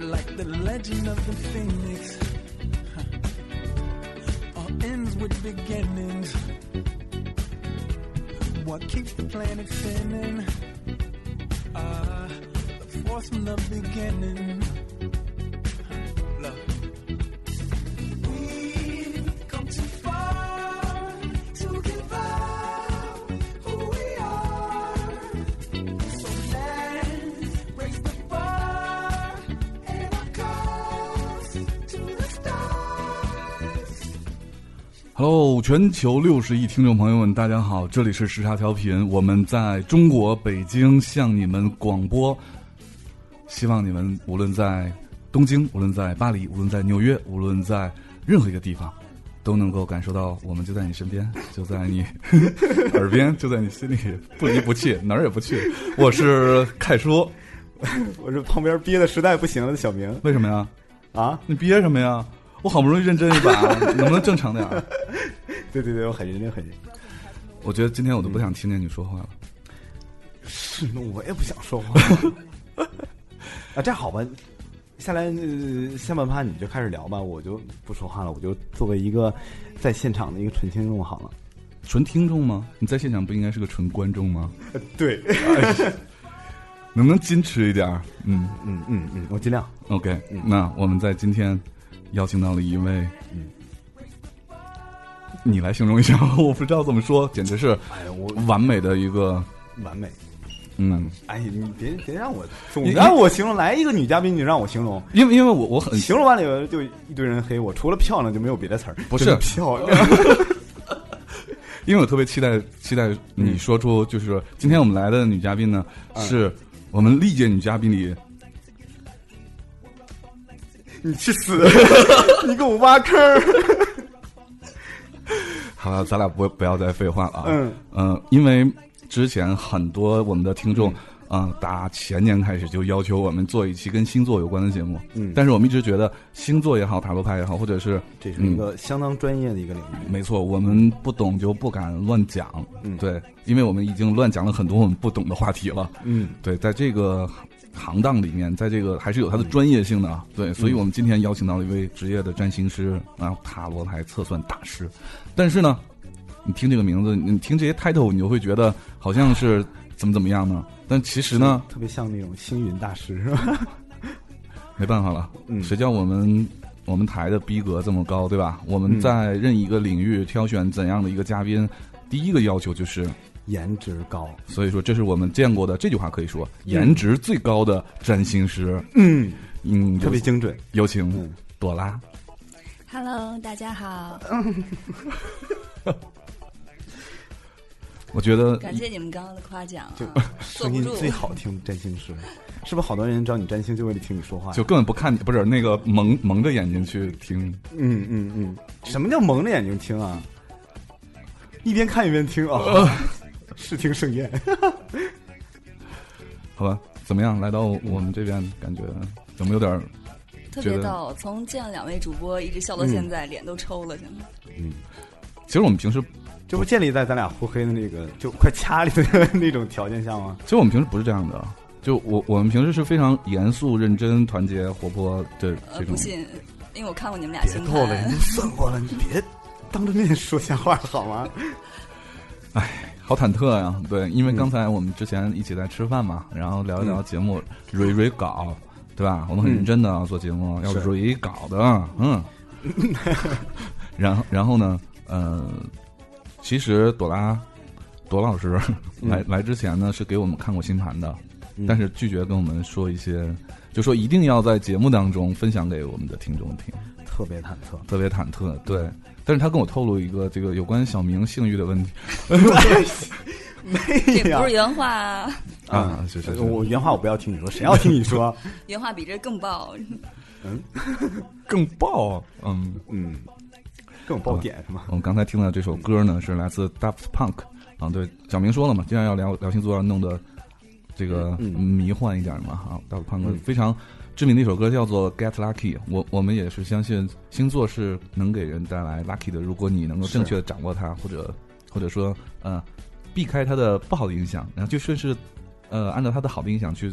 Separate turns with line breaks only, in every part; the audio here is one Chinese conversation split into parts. like the legend of the phoenix. Huh. All ends with beginnings. What keeps the planet spinning? Uh, the force from the beginning. Huh. Look. We've come too far to give up who we are. So let's raise the bar and our cause to the stars.
Hello，全球六十亿听众朋友们，大家好，这里是时差调频，我们在中国北京向你们广播，希望你们无论在东京，无论在巴黎，无论在纽约，无论在任何一个地方，都能够感受到我们就在你身边，就在你 耳边，就在你心里，不离不弃，哪儿也不去。我是凯叔，
我这旁边憋的实在不行了，小明
为什么呀？
啊，
你憋什么呀？我好不容易认真一把，能不能正常点儿？
对对对，我很认真，很认
我觉得今天我都不想听见你说话了。
真。那我也不想说 话。啊，这样好吧，下来、呃下半趴你就开始聊吧，我就不说话了，我就作为一个在现场的一个纯听众好了。
纯听众吗？你在现场不应该是个纯观众吗？
对，
能不能矜持一点儿？嗯
嗯嗯嗯，我尽量。
，OK，那我们在今天邀请到了一位，
嗯
你来形容一下，我不知道怎么说，简直是
哎呀，我
完美的一个，
完美。
嗯，
哎，你别别让我，
你
总让我形容来一个女嘉宾，你就让我形容，
因为因为我我很
形容完了以后就一堆人黑我，除了漂亮就没有别的词儿。
不是
真的漂亮，
因为我特别期待期待
嗯
你说出，就是今天我们来的女嘉宾呢，是我们历届女嘉宾里
你去死！ 你给我挖坑儿。
好了，咱俩不不要再废话了啊。
嗯
呃因为之前很多我们的听众，嗯、打前年开始就要求我们做一期跟星座有关的节目。
嗯
但是我们一直觉得星座也好，塔罗牌也好，或者是嗯
这是一个相当专业的一个领域。
没错，我们不懂就不敢乱讲。
嗯
对，因为我们已经乱讲了很多我们不懂的话题了。
嗯，
对，在这个行当里面，在这个还是有它的
嗯
专业性的啊。对，所以我们今天邀请到了一位职业的占星师啊，塔罗牌测算大师。但是呢，你听这个名字，你听这些 title，你就会觉得好像是怎么怎么样呢？但其实呢，
特别像那种星云大师是吧？
没办法了，
嗯
谁叫我们我们台的逼格这么高，对吧？我们
嗯
在任意一个领域挑选怎样的一个嘉宾，第一个要求就是，
颜值高，
所以说这是我们见过的这句话可以说颜值最高的占星师。
嗯，
嗯，
特别精准。
有请
嗯
朵拉。
Hello，大家好，
我觉得
感谢你们刚刚的夸奖
就
啊，坐
声
不
音
住。
最好听，占星师，是不是好多人找你占星就为了听你说话？
就根本不看你，不是那个蒙蒙着眼睛去听。
嗯嗯嗯，什么叫蒙着眼睛听啊？一边看一边听啊， 视听盛宴。
好吧，怎么样？来到我们这边，感觉有没有点儿
特
觉
别
得嗯
逗，从见了两位主播一直笑到现在，脸都抽了，现在
嗯
其实我们平时，
这不建立在咱俩互黑的那个就快掐里的那种条件下 吗？
其实我们平时不是这样的。啊就我我们平时是非常严肃、认真、团结、活泼的
呃
这
不
种。
信，因为我看过你们俩
别
星
逗了，人
盘
都，算过了，你别当着面说瞎话好吗？
好忐忑呀、对，因为刚才我们之前一起在吃饭嘛，然后聊一聊节目，蕊蕊稿，对吧？我们很认真的、啊做节目，要
是
蕊稿的，嗯。然后，然后呢？呃，其实朵拉，朵老师来、来之前呢，是给我们看过星盘的，
嗯
但是拒绝跟我们说一些，就说一定要在节目当中分享给我们的听众听，
特别忐忑。
特别忐忑。对，但是他跟我透露一个这个有关小明性欲的问题
这
没有
不是原话啊，
啊，是是是，
我原话我不要听你说，谁要听你说？
原话比这更爆。
更爆。嗯，
嗯，更爆点是吗？
我们嗯刚才听到这首歌呢，是来自 Daft Punk 啊。对，小明说了嘛，既然要聊聊星座，要弄得这个
嗯
迷幻一点嘛。哈、d a f t
嗯
Punk 非常知名的一首歌叫做《Get Lucky》。我我们也是相信星座是能给人带来 lucky 的，如果你能够
是
正确的掌握它，或者或者说呃避开它的不好的影响，然后就顺势呃按照它的好的影响去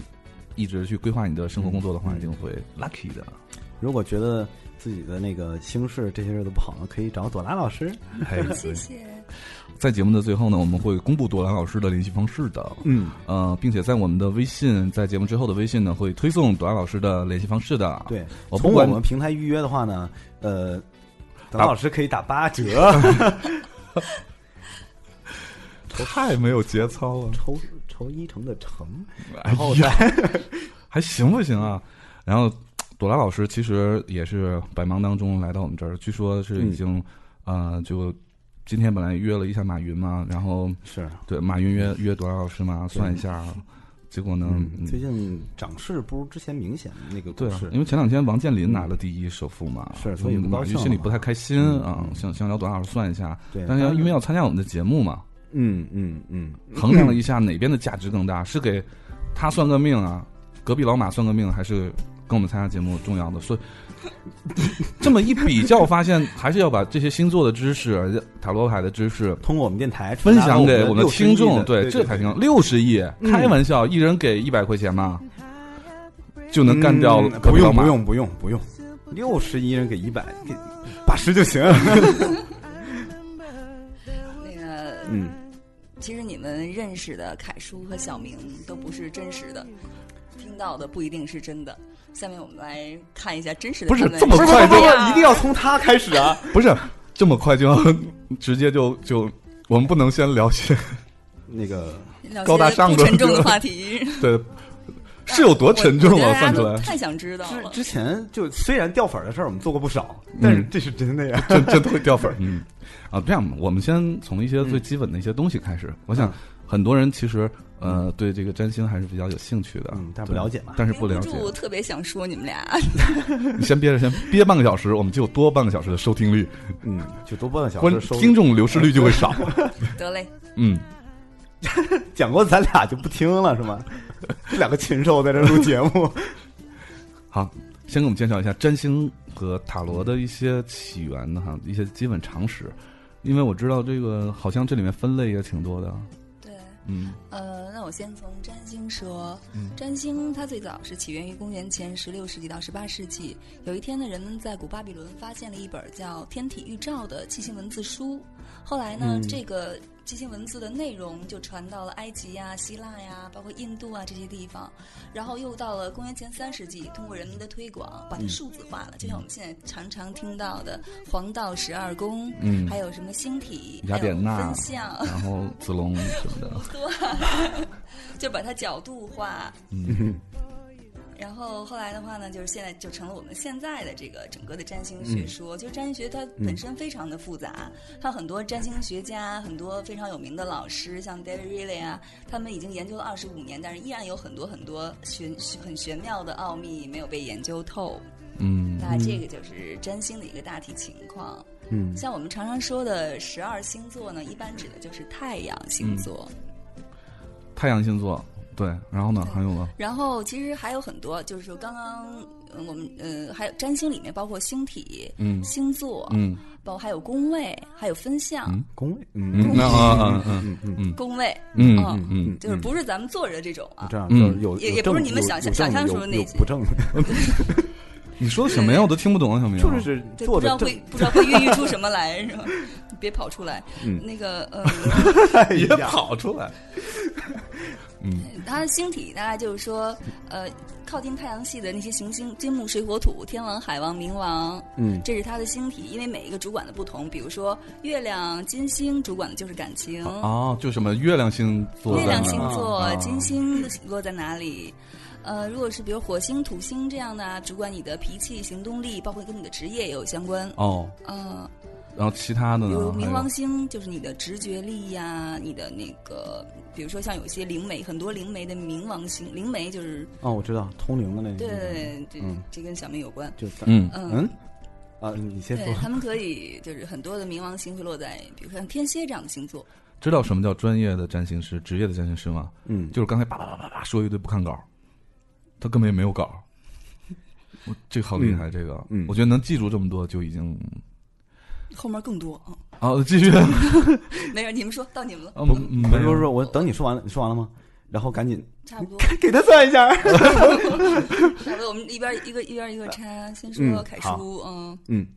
一直去规划你的生活工作的话，
嗯
一定会 lucky 的。
如果觉得自己的那个心事这些日子不好呢，可以找朵拉老师。
嘿
谢谢，
在节目的最后呢，我们会公布朵兰老师的联系方式的。
嗯，
呃，并且在我们的微信，在节目之后的微信呢，会推送朵拉老师的联系方式的。，
对，
我不
从我
管
们平台预约的话呢，呃，董
打
老师可以打八折，
太没有节操了。
抽抽一成的成，
哎
然后
呀， 还行不行啊？然后朵拉老师其实也是百忙当中来到我们这儿，据说是已经、
嗯
呃，就今天本来约了一下马云嘛，然后
是，嗯
对马云约约朵拉老师嘛，算一下，结果呢，嗯
最近涨势不如之前明显，那个股
对啊
市，
因为前两天王健林拿了第一首富嘛，
嗯是所以不
马
高兴
云
了
心里不太开心啊，
嗯
想想找朵拉老师算一下，
对
但是要
当时
因为要参加我们的节目嘛，
嗯嗯嗯，
衡量了一下哪边的价值更大，是给他算个命啊，隔壁老马算个命，还是跟我们参加节目重要的？所以 这么一比较，发现还是要把这些星座的知识、塔罗牌的知识
通过我们电台
分享给
我
我们的听众，
对，
这才行。六十亿，开玩笑，一人给一百块钱嘛，就能干掉
嗯
隔
不
壁老
用不
马。
用不用不用，六十一人给一百，给八十就行。
那个
嗯，
其实你们认识的凯叔和小明都不是真实的，听到的不一定是真的。下面我们来看一下真实的
不是
新闻
这么
是
快
什么
就
呀
一定要从他开始啊！
不是 这么快就要直接就就，我们不能先聊些
那个
聊些
高大上的
不沉重的话题，
对 是有多沉重
我我觉
啊，
得
算
大
出
家都
来。
太想知道了
之。之前就虽然掉粉儿的事儿我们做过不少，
嗯
但是这是真的 呀。
真真的会掉粉儿。嗯，啊，这样吧，我们先从一些
嗯
最基本的一些东西开始。我想很多人其实呃对这个占星还是比较有兴趣的，
嗯但是
对
不了解嘛
但是不了
忍
解。
住特别想说你们俩，
你先憋着，先憋半个小时，我们就有多半个小时的收听率，
嗯，就多播两小
观
时收。
听众流失率就会 少。
得嘞，
嗯，
讲过咱俩就不听了是吗？这两个禽兽在这录节 目，
好。先给我们介绍一下占星和塔罗的一些起源的哈，一些基本常识，因为我知道这个好像这里面分类也挺多的，
对。
嗯
呃，那我先从占星说。
嗯
占星它最早是起源于公元前十六世纪到十八世纪。有一天呢，人们在古巴比伦发现了一本叫《天体预兆》的楔形文字书。后来呢，
嗯
这个楔形文字的内容就传到了埃及呀、希腊呀，包括印度啊这些地方。然后又到了公元前三世纪，通过人们的推广，
嗯
把它数字化了，就像我们现在常常听到的黄道十二宫，
嗯，
还有什么星体、
雅典娜嗯
还有分相。
然后 子龙什么的，
就把它角度化。
嗯
然后后来的话呢，就是现在就成了我们现在的这个整个的占星学
嗯
说。就占星学它本身非常的复杂，它很多占星学家、很多非常有名的老师，像 David Riley 啊，他们已经研究了二十五年，但是依然有很多很多玄很玄妙的奥秘没有被研究透。
嗯，
那这个就是占星的一个大体情况。
嗯，
像我们常常说的十二星座呢，一般指的就是太阳星座。
太阳星座，对，然后呢，还有吗？
然后其实还有很多，就是说刚刚呃我们呃还有占星里面包括星体、
嗯
星座，
嗯
包括还有宫位，还有分相、
嗯
工位，
嗯，
嗯
那啊啊嗯
嗯嗯，
宫位，
嗯
哦
嗯嗯，
就是不是咱们坐着这种啊
这。样
嗯
就是有
也
有
也不
正
是你们
有
想
有
想
正
象
有
中的那
有
些
不正 的，
你说的什么呀？我都听不懂啊，小明。
就是
对，
做
不知道
的
会
正，
不知道会孕育出什么来，是吧？你别跑出来。
嗯
那个，呃，
别
哎呀
跑出来。
它的星体大概就是说，呃，靠近太阳系的那些行星，金木水火土，天王、海王、冥王，
嗯
这是它的星体。因为每一个主管的不同，比如说月亮、金星主管的就是感情，
哦，就什么月亮星座在
嗯月
哪儿，
亮星
哦
座
啊、
金星落在哪里？呃，如果是比如火星、土星这样的啊，主管你的脾气、行动力，包括跟你的职业也有相关。
哦，
嗯、
然后其
嗯
他的
比
呢
如？
哎
冥
还
王
有
星就是你的直觉力呀、你的那个，比如说像有些灵媒，很多灵媒的冥王星，灵媒就是
哦，我知道通灵的那个，
对对对，这、
嗯
这跟小明有关。
就是
嗯
嗯，
嗯啊，你先
对
说，
他们可以就是很多的冥王星会落在，比如说像天蝎这样的星座。
知道什么叫专业的占星师、职业的占星师吗？
嗯，
就是刚才叭叭叭叭叭说一堆不看稿，他根本也没有稿。我这个好厉害，这个，
嗯
我觉得能记住这么多就已经
后面更多啊，
啊，继续，
没事，你们说到你们了。
啊，不，
不
没
是不
有
是，我等你说完了，你说完了吗？然后赶紧
差不多，
给他算一下。
差不多。我们一边一个一边一个拆，先
嗯
说凯
好
叔，嗯，
嗯，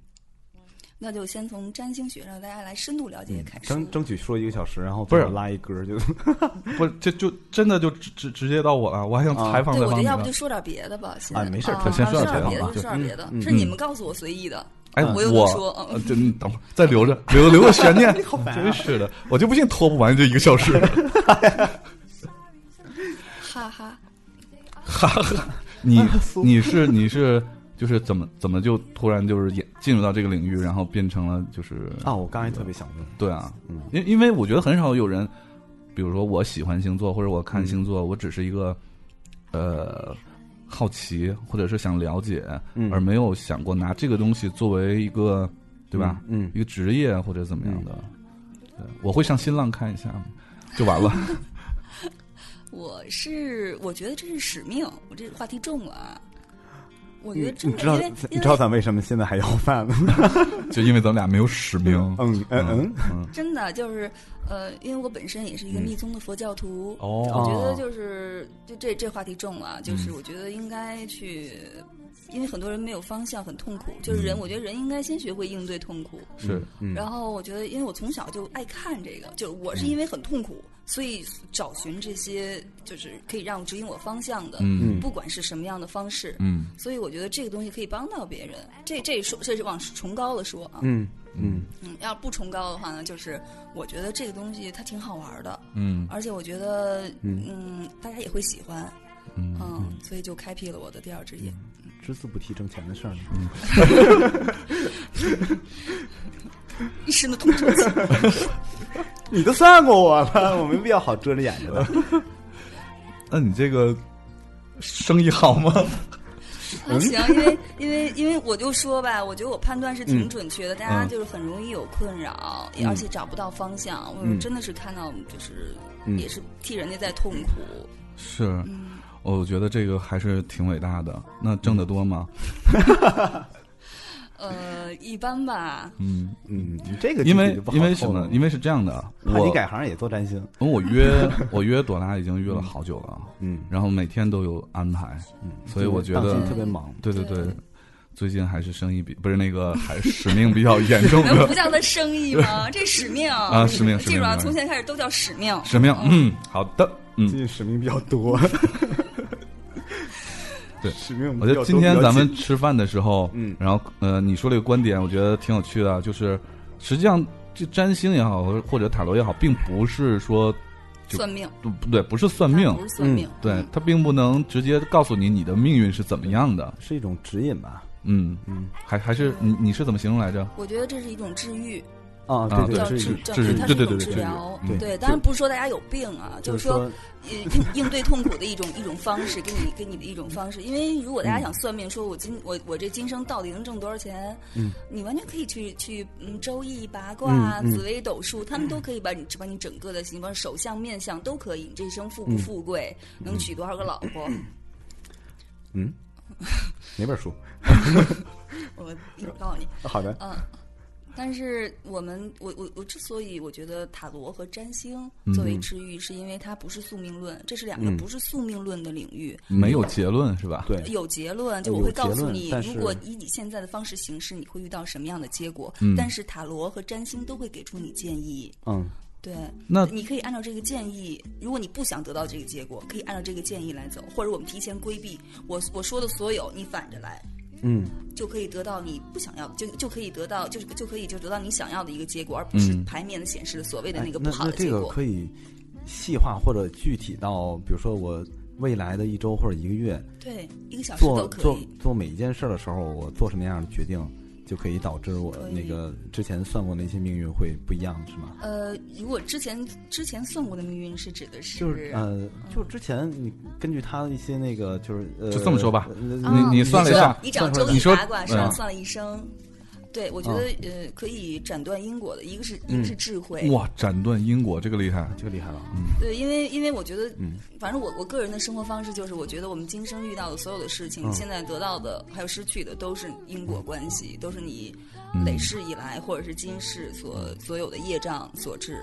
那就先从占星学让大家来深度了解凯
嗯
叔。
争争取说一个小时，然后
不是
最后拉一歌就
不是，这就真的就直直直接到我了，我还想采访
对，
对
我
方
觉得要不
呢
就。说点别的吧，先
啊没事儿
啊
就嗯先
啊
说
说
点别的
别
吧
的，就说点别的，是你们告诉我随意的，
哎，
我又能说
我
嗯
呃这你等会儿再留着， 留留个悬念，
啊
真是的，我就不信拖不完这一个小 时。
哈哈。
你
啊
你是你是就是怎么怎么就突然就是也进入到这个领域，然后变成了就是
啊！我刚才特别想问，
对啊
嗯，
因因为我觉得很少有人，比如说我喜欢星座或者我
嗯
看星座，我只是一个呃好奇或者是想了解，
嗯
而没有想过拿这个东西作为一个对吧、
嗯
一个职业啊或者怎么样的。对我会上新浪看一下，就完 了。
我是我觉得这是使命，我这话题重了啊。我觉
嗯你
得真的，
知道
因为
你
因
知道
为
咱为什么现在还要饭吗？
就因为咱们俩没有使命。
嗯嗯嗯，
嗯，
真的就是呃，因为我本身也是一个密宗的佛教徒，
哦
我觉得
哦
就是就这这话题重了啊，就是我觉得应该去。因为很多人没有方向，很痛苦。就是人，我觉得人应该先学会应对痛苦。
是
嗯
然后我觉得，因为我从小就爱看这个，就我是因为很痛苦，所以找寻这些就是可以让指引我方向的，
嗯
不管是什么样的方式，
嗯
所以我觉得这个东西可以帮到别人。这这说这是往崇高了说啊，
嗯嗯
嗯，要不崇高的话呢，就是我觉得这个东西它挺好玩的，
嗯
而且我觉得嗯大家也会喜欢，
嗯，
嗯，所以就开辟了我的第二职业。
只字不提挣钱的事儿呢。
一身的痛楚气，
你都算过我了，我没必要好遮着掩着 的。
那你这个生意好吗？
还嗯行，因为因为因为我就说吧，我觉得我判断是
嗯
挺准确的，大家就是很容易有困扰，也而且找不到方向。
嗯
我真的是看到就是、也是替人家在痛苦，
是，
嗯，
我觉得这个还是挺伟大的。那挣得多吗？
呃，一般吧。
嗯，
嗯，你这个
因为因为什
什
么？因为是这样的，
怕你
我
改行也做占星。
因为我 约我约朵拉已经约了好久了，
嗯
然后每天都有安排，
嗯，
所以我觉
最近
得
特别忙。
对对
对
对，最近还是生意比不是那个还是使命比较严重
能不
的
叫他生意吗？ 这使命
啊使命使命
记住啊，
使命
从现在开始都叫使命。
使命。
啊
嗯，好的，
最
嗯，
近使命比较 多。
对
使命比较多。
我觉得今天咱
嗯比
们
较紧
吃饭的时候，
嗯
然后呃，你说这个观点，我觉得挺有趣的，就是实际上这占星也好，或者塔罗也好，并不是说就
算命，
不不对，不是算命嗯
它，不是算命，嗯
对，它并不能直接告诉你你的命运是怎么样的。
是一种指引吧？
嗯，
嗯
还还是你你是怎么形容来着？
我觉得这是一种治愈，
啊，
啊
对
叫
对，
治
是一
叫
治愈
它是
对对
一种
对
治
对
疗
对。
对，
对
当然不是说大家有病啊，
就是
说
说
呃应应对痛苦的一种一种方式，给你给你的一种方式。因为如果
嗯
大家想算命，说我今我我这今生到底能挣多少钱，
嗯
你完全可以去去嗯周易八卦、啊
嗯嗯嗯
紫微斗数，他们都可以把你把你整个的什么手相面相都可以，你这一生富不富贵，能娶多少个老 婆，
嗯，哪 本书？
我一会儿告诉你。
好的，
嗯，但是我们，我我我之所以我觉得塔罗和占星
嗯
作为治愈，是因为它不是宿命论，这是两个
嗯
不是宿命论的领域。
没有结论是吧？，
对，
有结论，就
有
我会告诉
结论
你
但，是
如果以你现在的方式行事，你会遇到什么样的结果。
嗯
但是塔罗和占星都会给出你建议，
嗯
对，
那
你可以按照这个建议，如果你不想得到这个结果，可以按照这个建议来走，或者我们提前规避我我说的所有，你反着来，
嗯
就可以得到你不想要的，就就可以得到，就是就可以就得到你想要的一个结果，而不是
嗯
牌面的显示的所谓的
哎
那个
那
不好的
那这
结
个
果。
可以细化或者具体到，比如说我未来的一周或者一个月，
对，一个小时
做
啊都可
做
以。
做每一件事儿的时候，我做什么样的决定，就可以导致我
可以
那个之前算过那些命运会不一样，是吗？
呃，如果之前之前算过的命运是指的是，
就是呃，就之前你根据他的一些那个，就是呃，
就这么说吧
呃
啊
你你算了一下
你长
算
周
出来
易
你说
八卦，
嗯
算算了一生。对，我觉
嗯
得呃，可以斩断因果的，一个是一个是智慧，
哇，斩断因果这个厉害。
这个厉害了，
嗯
对，因为因为我觉得，
嗯
反正我我个人的生活方式就是，我觉得我们今生遇到的所有的事
嗯
情，现在得到的还有失去的，都是因果关
嗯
系，都是你累世以来或者是今世所所有的业障所致。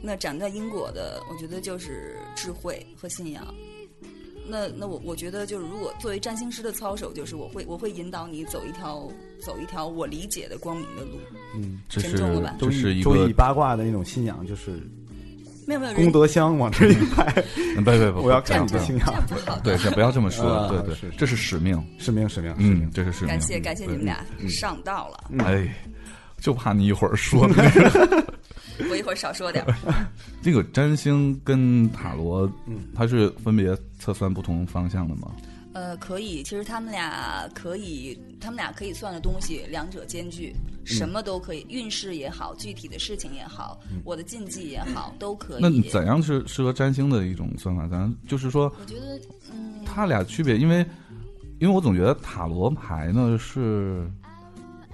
那讲到因果的，我觉得就是智慧和信仰。那那我我觉得就是，如果作为占星师的操守，就是我会我会引导你走一条走一条我理解的光明的路。
嗯，
这
沉
是
重了吧
这是一
周
个
易八卦的那种信仰，就是
没有没有人
功德箱往这一摆，
嗯不不不，
我要
这样
看你的啊信
这样
仰。
不好。
对，这不要这么说，
啊
对对
是，是
这是使命，
使命，使命，使
嗯
命，。
这是使命。
感谢感谢你们俩
嗯
上道了，
嗯
哎，就怕你一会儿说呢。
我一会儿少说点儿。
这个占星跟塔罗，
嗯
它是分别测算不同方向的吗？
呃，可以，其实他们俩可以，他们俩可以算的东西，两者兼具，
嗯
什么都可以，运势也好，具体的事情也好，我的禁忌也好，都可以。
那怎样是适合占星的一种算法？咱就是说，
我觉得，嗯，
它俩区别，因为因为我总觉得塔罗牌呢是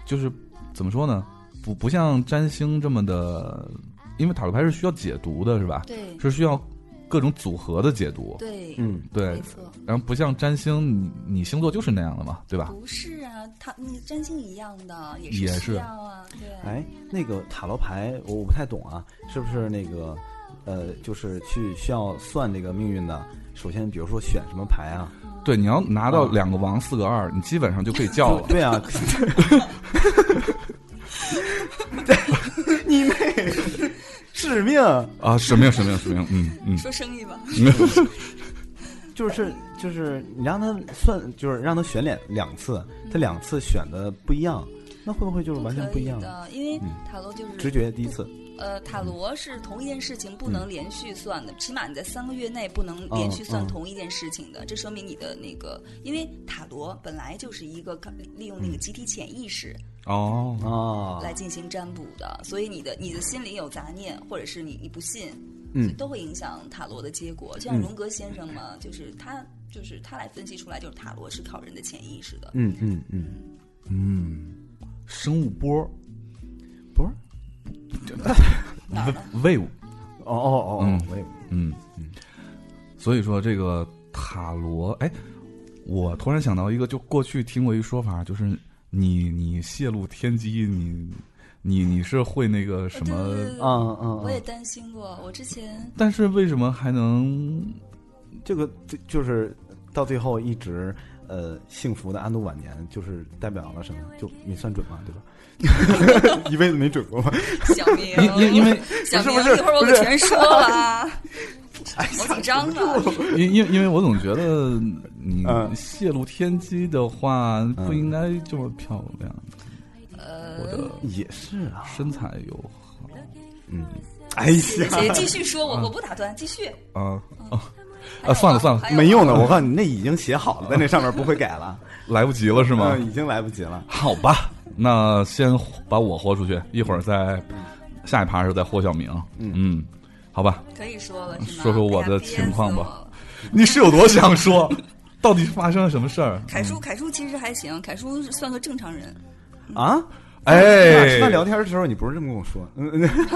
就是怎么说呢，不不像占星这么的，因为塔罗牌是需要解读的，是吧？
对
是需要各种组合的解读，
对，
嗯，
对
没。错，
然后不像占星，你你星座就是那样的嘛，对吧？
不是啊，他你占星一样的，也
也
是
是
需要啊，对，
哎，那个塔罗牌我我不太懂啊，是不是那个呃，就是去需要算这个命运的？首先，比如说选什么牌啊？
对，你要拿
啊
到两个王四个二，你基本上就可以叫 了。
对啊，你那使命
啊，使命，使命，使命，嗯嗯，
说生意吧，
就是就是你让他算，就是让他选两两次，他两次选的不一样，那会不会就是完全
可
不
以
一样？
的，因为
嗯
塔罗就是
直觉第一次，
呃，塔罗是同一件事情不能连续算的，起码你在三个月内不能连续算
嗯嗯
同一件事情的。这说明你的那个，因为塔罗本来就是一个靠利用那个集体潜意识
哦，
啊，
来进行占卜的，所以你的你的心里有杂念，或者是你你不信，
嗯
所以都会影响塔罗的结果。就像
嗯
荣格先生嘛，就是他就是他来分析出来，就是塔罗是靠人的潜意识的。
嗯嗯嗯，
嗯，生物波
不是，
哪儿呢？
wave，
哦哦哦
嗯，
我也
嗯嗯，所以说这个塔罗，哎，我突然想到一个，就过去听过一说法，就是你你泄露天机，你你你是会那个什
啊对对
么，
对对
嗯嗯
我也
嗯，
担心过，我之前
但是为什么还能
这个就就是到最后一直呃幸福的安度晚年，就是代表了什么？就没算准嘛，对吧？ 一辈子没准过嘛。
小明，
因因因为
小明，
不是不是
一会儿我给
不是哎
全说 了啊，好紧张啊！
因因因为我总觉得你
嗯
泄露天机的话，
啊
不应该这么漂亮，我
呃，
的
也是啊，
身材又好
嗯，哎呀，
姐继续说，
嗯
我我不打断，继续。
啊
嗯
啊啊！
还有吗
算了算了，
还有吗
没用的，我告诉你，那已经写好了， 在那上面不会改了，
来不及了是
是
吗？
已经来不及了。
好吧，那先把我豁出去，一会儿再下一趴的时候再豁小明。
嗯
嗯，好吧，
可以说了是吗？
嗯说说我的
哎呀
情况吧。
憋死我了
你是有多想说？到底发生了什么事儿？
凯叔，凯叔其实还行，凯叔算个正常人。
啊？咱俩
哎
吃，饭聊天的时候，你不是这么跟我说？嗯嗯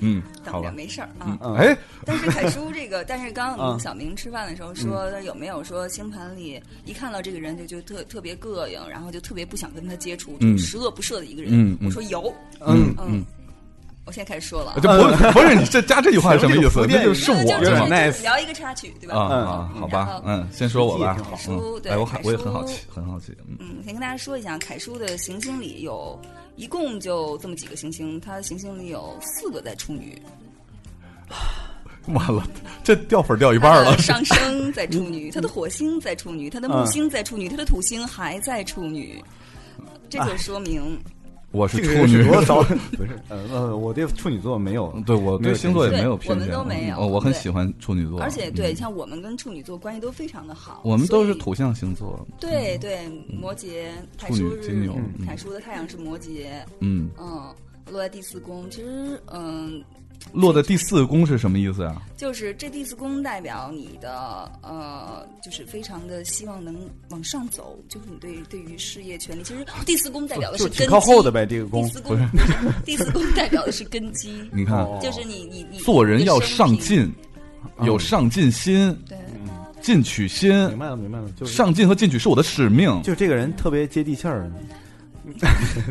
嗯，好
等着
吧，
没事儿啊。
嗯，哎，
但是凯叔这个，但是刚
嗯
刚跟小明吃饭的时候说，有没有说星盘里一看到这个人就就特特别膈应，然后就特别不想跟他接触，就
嗯
十恶不赦的一个
嗯
人？
嗯
我说有，
嗯
嗯，
嗯，
我现在开始说了啊。
这不不是你这加这句话是什么意
前
思？
面这
那
个
就
铺
是
垫
我
就
有
是
点
吧
就
nice
是聊一个插曲，对吧？
啊
嗯
啊，好吧
然后，
嗯，先说我吧
实际也，挺
好
嗯，
对
哎，我很
凯叔
我也很好奇，很好奇，嗯
嗯，先跟大家说一下，凯叔的行星里有一共就这么几个行星，他的行星里有四个在处女，
完了，这掉粉掉一半
他
了嗯
的，啊上升在处女，他的火星在处女，他的木星在处女，他的土星还在处女，这
哎
就说明
我是
这个
处
人是
女，
多 糟，不是？呃呃，我对处女座没有，
对我对星座也
没
没
有
有
偏
偏见，
见对我们都没有
嗯我很
对
喜欢处女座，
而且对，
嗯
像我们跟处女座关系都非常的好，
我们都是
所以
土象星座，
对对，摩羯，凯
处
叔
女、金
是
牛，嗯
凯叔的太阳是摩羯，
嗯，
嗯，落在第四宫，其实嗯，
落在第四宫是什么意思啊？
就是这第四宫代表你的呃，就是非常的希望能往上走，就是你对对于事业权利，其实第四宫代表的
就是
根
挺
基，
靠后的呗。这个
第
宫
四宫不是第四宫代表的是根基，
你看，
哦
就是你你你
做人要上，
你的
进，
嗯
有上进心、
生平
进取心
明，白了，明白了，就是
上进和进取是我的使命。
就这个人特别接地气儿，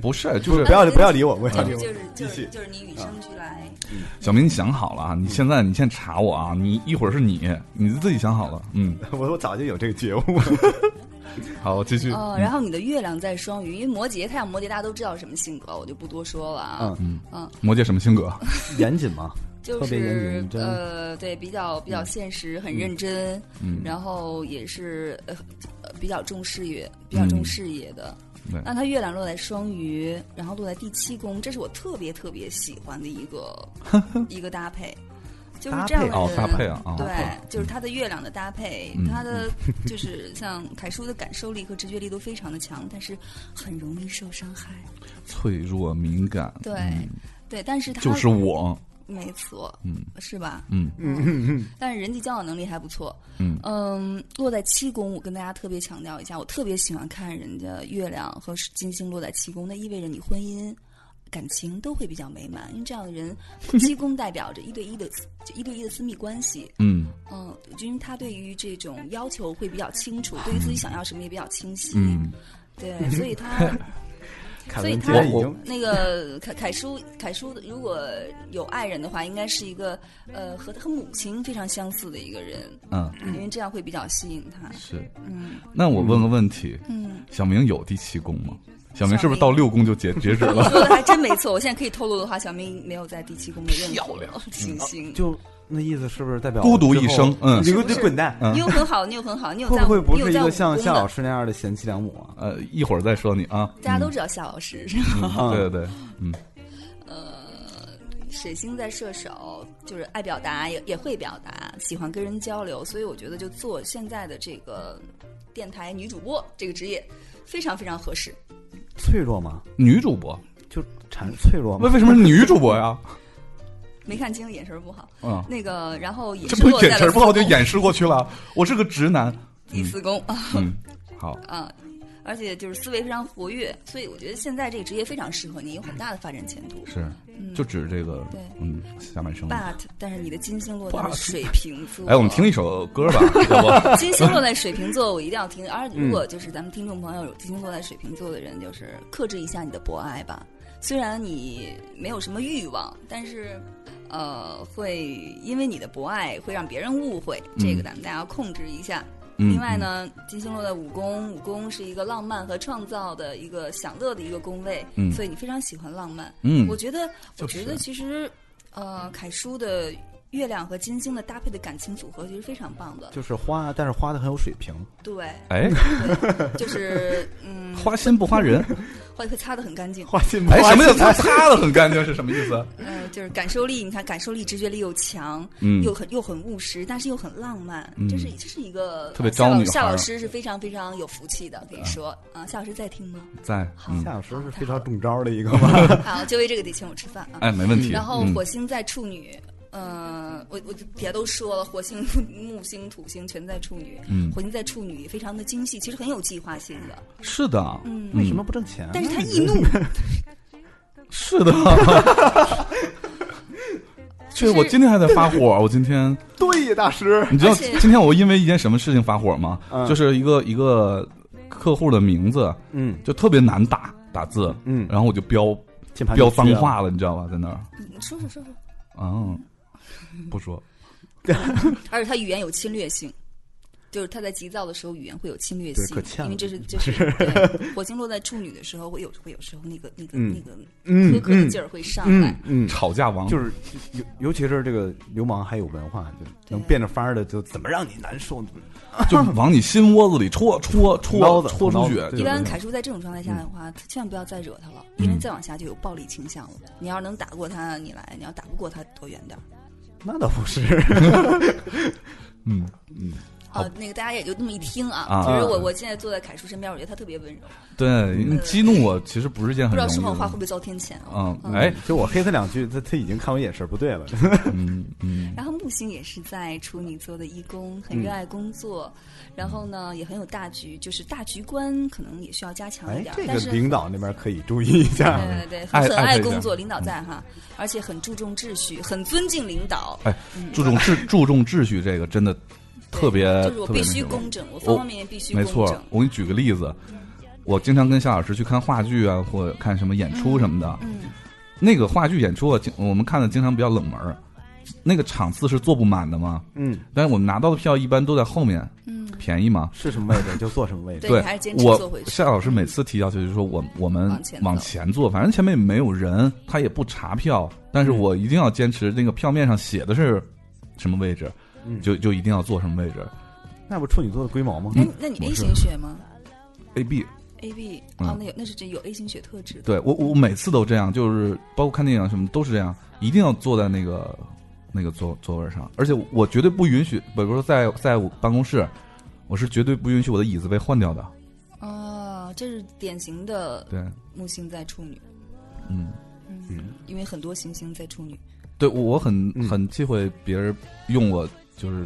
不是，就是
不要不要理我，不要
就
理
是
我，
嗯就
继
是就
续
是就是你与生俱来，
小明，你想好了啊？你现在你现在查我啊？你一会儿是你，你自己想好了。 嗯，
我我早就有这个觉悟。
好，继续。嗯
哦，然后你的月亮在双鱼，因为摩羯，太阳摩羯大家都知道是什么性格，我就不多说了啊。
嗯，
摩羯什么性格？
严谨嘛，
就
特别严谨
是
真
呃，对，比较比较
嗯
现实，很认真，然后也是呃呃比较重事业，比较重事业的。
嗯对
那他月亮落在双鱼，然后落在第七宫，这是我特别特别喜欢的 一个一个搭配，就是这样的人。
哦，搭配啊，啊，嗯
对，就是他的月亮的搭配，他的就是像凯叔的感受力和直觉力都非常的强，但是很容易受伤害。
脆弱敏感，
对，
嗯
对，但是他
就是我，
没错，
嗯
是吧？
嗯
但是人际交往能力还不错。
嗯
嗯落在七宫，我跟大家特别强调一下，我特别喜欢看人家月亮和金星落在七宫，那意味着你婚姻。感情都会比较美满，因为这样的人，七宫代表着一对一的就一对一的私密关系，
嗯
嗯，就因为他对于这种要求会比较清楚，对于自己想要什么也比较清晰，
嗯，
对，所以他
凯
所以
文
他
竟然已经
那个凯凯叔，凯叔如果有爱人的话，应该是一个呃和他和母亲非常相似的一个人，
嗯，
因为这样会比较吸引他。
是。
嗯
那我问个问题，
嗯，
小明有第七宫吗？小明
小
是不是到
明
六宫就截截止
你
了？
说的还真没错。我现在可以透露的话，小明没有在第七宫的任何 行星，
嗯啊就那意思是不是代表
孤独一
之后
生嗯
你给我就滚蛋！
你又很好，你又很好，你有
会
在
不会不
你有
是一
在
个
武
像
功
夏
的
老师嗯那样的贤妻良母啊？
呃，一会儿再说你啊。
大家都知道夏老师是吧？
嗯对 对，嗯，
水星在射手，就是爱表达，也也会表达，喜欢跟人交流，所以我觉得就做现在的这个电台女主播这个职业，非常非常合适。
脆弱吗？
女主播，
就产脆弱
为
吗？
为什么是女主播 呀？
没看清，眼神不好。
嗯，
那个，然后也
这
是
不
落在
眼
了
神不好就
四宫
掩饰过去了。我是个直 男。
第四宫啊
嗯，好，
啊，而且就是思维非常活跃，所以我觉得现在这个职业非常适合你，有很大的发展前途。
是，就指这个
嗯对，
嗯，下半生。
But，但是你的金星落在了水瓶座。
哎，我们听一首歌吧，好不 好？
金星落在水瓶座，我一定要听。而如果就是咱们听众朋友有金星落在水瓶座的人，就是克制一下你的博爱吧。虽然你没有什么欲望，但是，呃，会因为你的博爱会让别人误会，这个咱们大家要控制一下。
嗯
另外呢，金星落在五宫，五宫是一个浪漫和创造的一个享乐的一个宫位，
嗯
所以你非常喜欢浪漫。
嗯
我觉得，
就
我
是啊
觉得其实，呃，凯叔的月亮和金星的搭配的感情组合其实非常棒的。
就是花，但是花的很有水平。
对，
哎，
就是嗯，
花心不花 人。
会会擦得很干净。
花心
哎，什么叫擦擦的很干净是什么意思？
呃，就是感受力，你看感受力、直觉力又强，
嗯
又很又很务实，但是又很浪漫，这是这是一个
特别
夏
招
老
女孩嗯
夏
儿
老师是非常非常有福气的，可以说啊，夏老师在 听吗？
在，
好
嗯，
夏老师是非常中招的一个吗？
好，就为这个得请我吃饭啊。
哎，没问题。
然后
嗯
火星在处女，呃，我我就别都说了，火星、木星、土星全在处女，
嗯
火星在处女非常的精细，其实很有计划性的，
是的，啊
嗯
为 什么不挣钱？啊
但是 他易怒，
是 的。这我今天还在发火，我今天
对呀，大师，
你知道
而且
今天我因为一件什么事情发火吗？
嗯
就是一个一个客户的名字
嗯
就特别难打打字，
嗯，
然后我就飙
键盘
飙
就
脏
缺了，
话了，你知道吧？在那儿，
你说说说说，
嗯，不说，
而且他语言有侵略性，就是他在急躁的时候语言会有侵略
对
性
可，呛
因为这是这是 对火星落在处女的时候，会有会有时候那个那个、
嗯
那个
嗯
苛刻的劲儿会上来。
嗯嗯，
吵架王
就是尤尤其是这个流氓还有文化，就能变着法儿的，就怎么让你难受？
就往你心窝子里 戳戳
挠
戳
子
戳出
挠
血
子，对
一
对
般
对
凯叔在这种状态下的话，千万不要再惹他了，
嗯
因为再往下就有暴力倾向了。你要是能打过他，你来；你要打不过他，躲远点儿。
那倒不是，
嗯，
啊，那个大家也就那么一听啊
啊。
其实我我现在坐在凯叔身边，我觉得他特别温柔，
对，激怒我其实不是一件
不
很
知道
容易
说
的
谎话
事
会不。会遭天谴啊？
嗯，哎，
就我黑他两句，他他已经看我眼神不对 了。
嗯嗯，
然后木星也是在处女座的一宫，很热爱工作，然后呢也很有大局，就是大局观可能也需要加强一
哎
点，，
这个
但是。
领导那边可以注意一下。
对对对，
啊爱
很很
爱
爱
这
工
点嗯
作，领导在哈，而且很注重秩序，很尊敬领导。
哎，注重秩注重秩序这个真的特别
对就是我
特别
必
那
须
什么
公正，我方方面面必须
没
公
错
正。，
我给你举个例子，我经常跟夏老师去看话剧啊，或者看什么演出什么的。
嗯，
那个话剧演出啊，经我们看的经常比较冷门儿，那个场次是坐不满的嘛。
嗯，
但是我们拿到的票一般都在后面，
嗯，
便宜嘛。
是什么位置就坐什么位置。
对
对
你还是坚，持坐
我
回去
夏老师每次提要求就是说我我们
往前走
往前坐，反正前面也没有人，他也不查票，但是
嗯
我一定要坚持那个票面上写的是什么位置，
嗯，
就就一定要坐什么位置。
那不处女座的龟毛吗？嗯
那你哎那你
嗯我
A
是
型血吗
A B，
？A B
嗯
啊，那有那是真有 A 型血特质的。
对我我每次都这样，就是包括看电影啊什么都是这样，一定要坐在那个那个座座位上，而且我绝对不允许，比如说在在我办公室，我是绝对不允许我的椅子被换掉的。
啊，这是典型的
对，
木星在处女，
嗯，
嗯，
因为很多行星在处女。
对我我很
嗯
很忌讳别人用我就是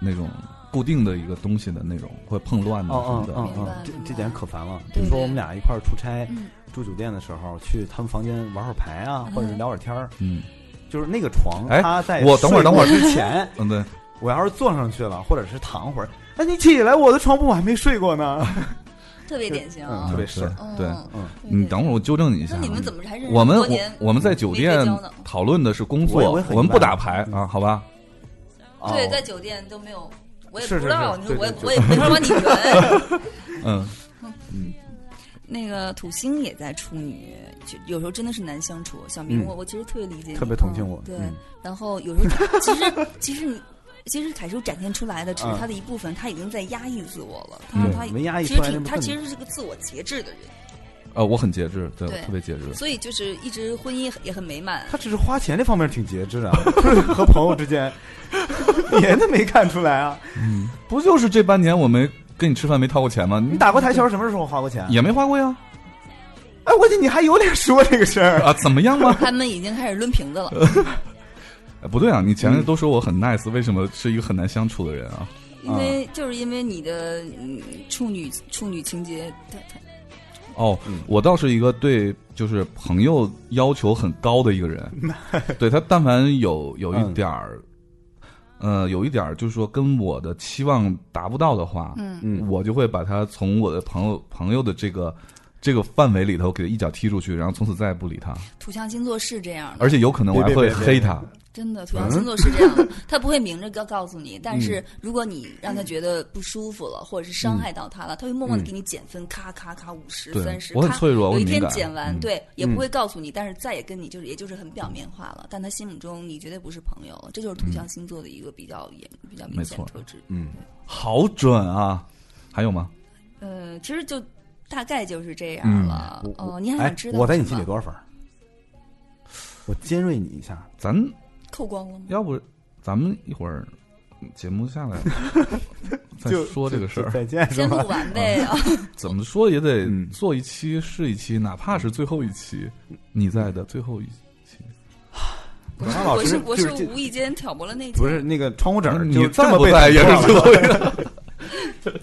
那种固定的一个东西的那种会碰乱的什
哦
么
哦
的。
哦
明
哦
白，
这
明白
这点可烦了。比
对
如说
对
我们俩一块儿出差
嗯
住酒店的时候，去他们房间玩会儿牌啊，
嗯
或者是聊会儿天儿，
嗯
就是那个床，
哎
他在
我等会儿
睡
等会儿
之前，
嗯，对，
我要是坐上去了，或者是躺会儿，哎，你起来，我的床铺我还没睡过呢。
特别典型
嗯
啊
特。别
嗯
是
嗯
对。
嗯
特别
你
典
等会儿，我纠正你一下
型。
啊。
那你们怎么还认识
我们
多
我
年？
我们在酒
没
店
结交呢
讨论的是工
我也
作，
我也很
我们
一
不
般
打牌
嗯
啊，好吧？
哦
对，在酒店都没有，我也
是
不
是
知道，
是
你说我也
对
我也没说你 圆。
嗯，
那个土星也在处女，就有时候真的是难相处。小明，
嗯
我我其实特别理解你，
特别同情我
嗯对
嗯，
然后有时候其实其实你。其实凯叔展现出来的只是
嗯
他的一部分，他已经在压抑自我了。他
嗯
他
没压抑
其
出
实
来那
挺
部
他
分
其实是个自我节制的人，
呃，我很节制，对，
对
我特别节制。
所以就是一直婚姻也很美满。
他只是花钱这方面挺节制的，就是和朋友之间，别的没看出来啊。
不就是这半年我没跟你吃饭没掏过钱吗？
你
你
打过台球什么时候花过钱？啊
也没花过呀？
哎，我去，你还有脸说这个事儿？
啊，怎么样吗？
他们已经开始抡瓶子了，
哎不对啊，你前面都说我很 nice，为什么是一个很难相处的人啊？
因为就是因为你的嗯处女处女情节，他他
哦
嗯，
我倒是一个对就是朋友要求很高的一个人，对他但凡有有一点儿，呃，有一点儿就是说跟我的期望达不到的话，
嗯
嗯
我就会把他从我的朋友朋友的这个这个范围里头给一脚踢出去，然后从此再也不理他，
土象星座是这样的，
而且嗯有可能我还
别
会
别别
黑他。
真的土象星座是这 样的，他不会明着告告诉你，但
嗯
是如果你让他觉得不舒服了，或者是伤害到他了，他会默默的给你减分，咔咔咔五
嗯
十
对
三十，
我很
咔
脆弱我
有
很
一
敏
天
感
减完，
嗯
对，也不会告诉你，但是再也跟你就是，也就是很表面化了，但他心目中你绝对不是朋友了，这就是土象星座的一个比较严、比较明显
嗯没错
的特质。
嗯，
好准啊！还有吗？
呃，其实就大概就是这样了。
嗯
哦，你还
哎
想知，道
我在你
什
心
么
里多少分儿？我尖锐你一下，
咱
扣 光了吗？
要不咱们一会儿节目下 来再
就
说这个事
就
儿，
再见 是
先录
吧？
完呗
嗯
啊！
怎么说也得
嗯
做一期是一期，哪怕是最后一期，你在的最后一期，
董华老
我是
师
我
就是是
无意间挑拨了那
不是那个窗户纸儿，
哎你
就这
在
么
不
被
在也
捅
是
破
最
了
后一期。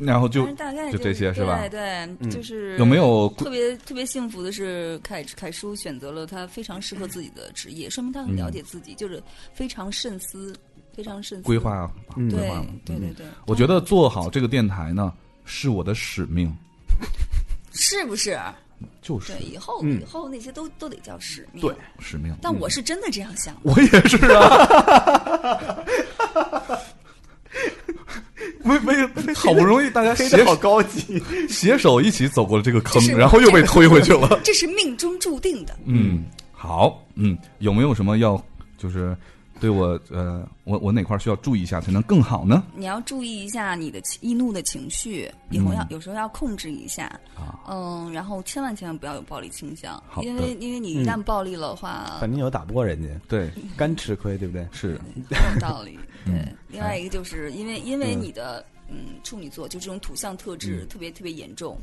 然后就
但是大概
就这
是
些是吧
对对，就是
有没有
特别特别幸福的是凯凯叔选择了他非常适合自己的职业，说明他很了解自己，就是非常慎思，非常慎思
规。划啊
嗯
对
规划嘛？
对对哦对，
我觉得做好这个电台呢是我的使命，
是不是？
就是
对，以后
嗯
以后那些都都得叫使命。
对，
使命。
但我是真的这样想的。
我也是啊， 没没，好不容易大家
黑
携
的好高级，
携手一起走过了这个坑
这，是
然后又被推回去了。
这是命中注定的，
嗯，好，嗯，有没有什么要就是对我呃，我我哪块需要注意一下才能更好呢？
你要注意一下你的情易怒的情绪，以后要、
嗯
有时候要控制一下，
啊
嗯，然后千万千万不要有暴力倾向，
好的嗯
因为因为你一旦暴力了的 话，
反正有打不过人家，
对，
干吃亏，对不对？
是
很有道理。对
嗯，
另外一个就是因为因为
嗯
你的嗯处女座就这种土象特质
嗯
特别特别严重，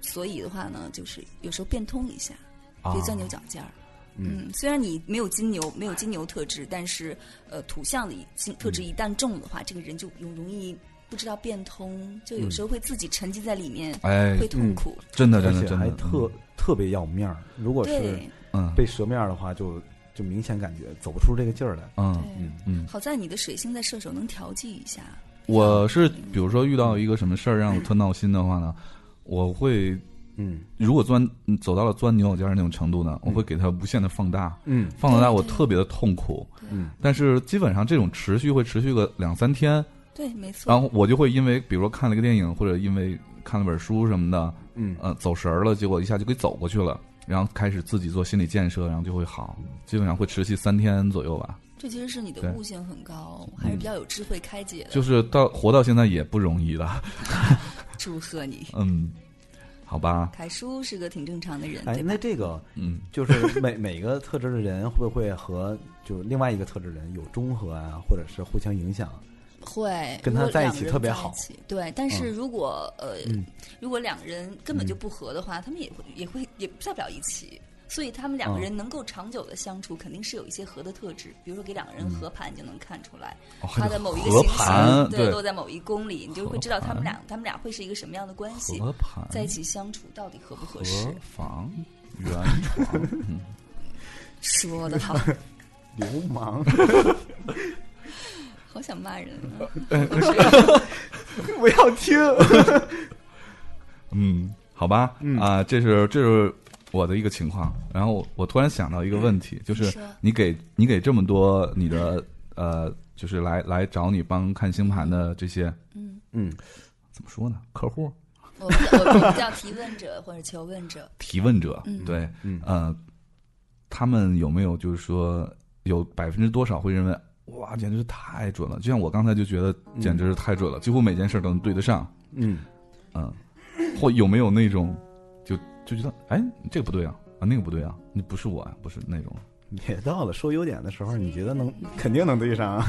所以的话呢，就是有时候变通一下，
啊
别钻牛角尖儿。
哦
嗯，虽然你没有金牛，没有金牛特质，但是呃，土象的一金特
嗯
质一旦重的话，这个人就容容易不知道变通，就有时候会自己沉浸在里面，
嗯哎，
会痛苦。
真的
而
真的嗯
且
真
还
的
特特别要面儿，如果是
对，
嗯
被蛇面儿的话，就就明显感觉走不出这个劲儿来。
嗯
对
嗯
好在你的水星在射手能调剂一下，
我是比如说遇到一个什么事儿让我特闹心的话呢，我会
嗯
如果钻走到了钻牛角尖儿那种程度呢，我会给它无限的放大，
嗯
放到大我特别的痛苦，
嗯，
但是基本上这种持续会持续个两三
嗯
天，
对，没错。
然后我就会因为比如说看了一个电影或者因为看了本书什么的，
嗯
呃，走神儿了，结果一下就给走过去了，然后开始自己做心理建设，然后就会好，
嗯
基本上会持续三天左右吧。
这其实是你的
对
悟性很高，还是比较有智慧开解的。
就是到活到现在也不容易的，
祝贺你，
嗯，好吧，
凯叔是个挺正常的人，
哎，
对吧
那？这个
嗯，
就是 每每个特质的人会不会和就是另外一个特质的人有中和啊，或者是互相影响？
会
跟他
如果
在一
两
起
个人
特别
在一
好
起对，但是如果呃
嗯，
如果两个人根本就
嗯
不合的话，他们也会也会也在不了一起。所以他们两个
嗯
人能够长久的相处，肯定是有一些合的特质。比如说，给两个
嗯
人合盘，你就能看出来
哦还
他
得
的某一个
合
星
盘
星对
对
落在某一宫里，你就会知道他们
合
俩他们俩会是一个什么样的关系，
合盘
在一起相处到底合不合
合
适。
房圆床，嗯
说的好，
流 氓，
好想骂人啊！
我要听。
嗯，好吧，啊，这是这是我的一个情况。然后我我突然想到一个问题，就
你
是
嗯说
你给你给这么多你的呃，就是来来找你帮看星盘的这些
嗯，
怎么说呢？客户
我们叫我们叫提问者或者求问者，
提问者，
嗯
对，
嗯
呃，他们有没有就是说有百分之多少会认为哇，简直是太准了？就像我刚才就觉得
嗯
简直是太准了，几乎每件事都能对得上，
嗯，
嗯，或有没有那种就就觉得哎，这个不对啊，啊那个不对啊，那不是我呀、不是那种。啊
也到了说优点的时候，你觉得能肯定能对上 啊？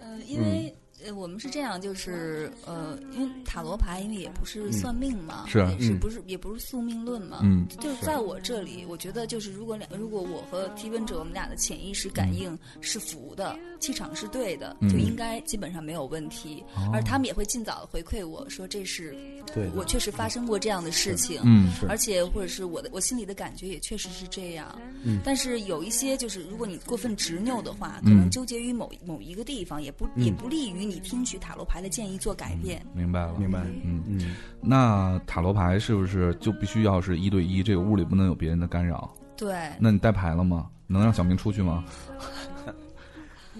呃，因为。
嗯
呃，我们是这样，就是呃，因为塔罗牌，因为也不是算命嘛，
是啊
也是
嗯
不是也不是宿命论嘛，
嗯
就是在我这里，我觉得就是如果两，如果我和提问者我们俩的潜意识感应是符的，气场是对的，
嗯哦
就应该基本上没有问题，而他们也会尽早的回馈我说这是
对
我确实发生过这样的事情，
嗯
而且或者是我的我心里的感觉也确实是这样。嗯，但是有一些就是，如果你过分执拗的话，可能纠结于某某一个地方，也不、也不利于你听取塔罗牌的建议做改变。
明白了。
明白。
嗯
嗯，
那塔罗牌是不是就必须要是一对一？这个屋里不能有别人的干扰。
对，
那你带牌了吗？能让小明出去吗？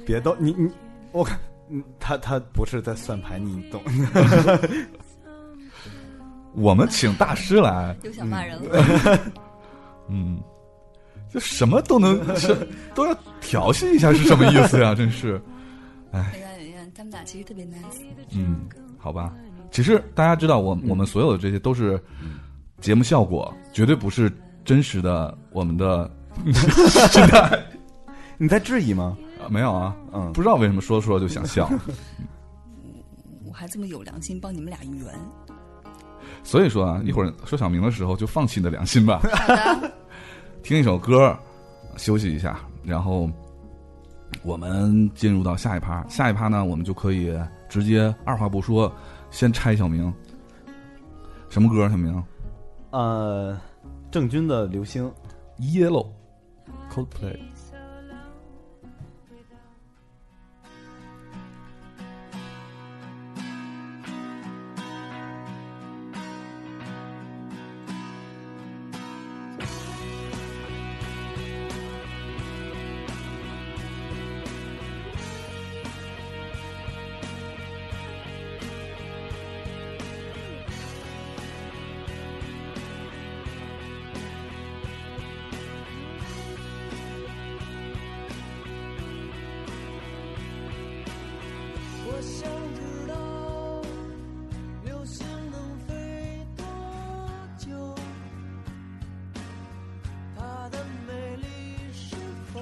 别逗你你，我看嗯他他不是在算牌，你懂？
我们请大师来，
又想骂人了。
嗯，就什么都能是都要调戏一下，是什么意思呀、真是，
你看，你看，他们俩其实特别 nice。
嗯，好吧。其实大家知道我，我们所有的这些都是节目效果，绝对不是真实的。我们的、
你在质疑吗？
呃没有啊，
嗯
不知道为什么说着说着就想 笑。
我还这么有良心帮你们俩圆。
所以说啊，一会儿说小明的时候就放弃你的良心吧，
好的，
听一首歌，休息一下，然后我们进入到下一趴。下一趴呢，我们就可以直接二话不说，先拆小明。什么歌？小明
呃，郑钧的《流星》。
？Yellow Coldplay。
我想知道，流星能飞多久？它的美丽是否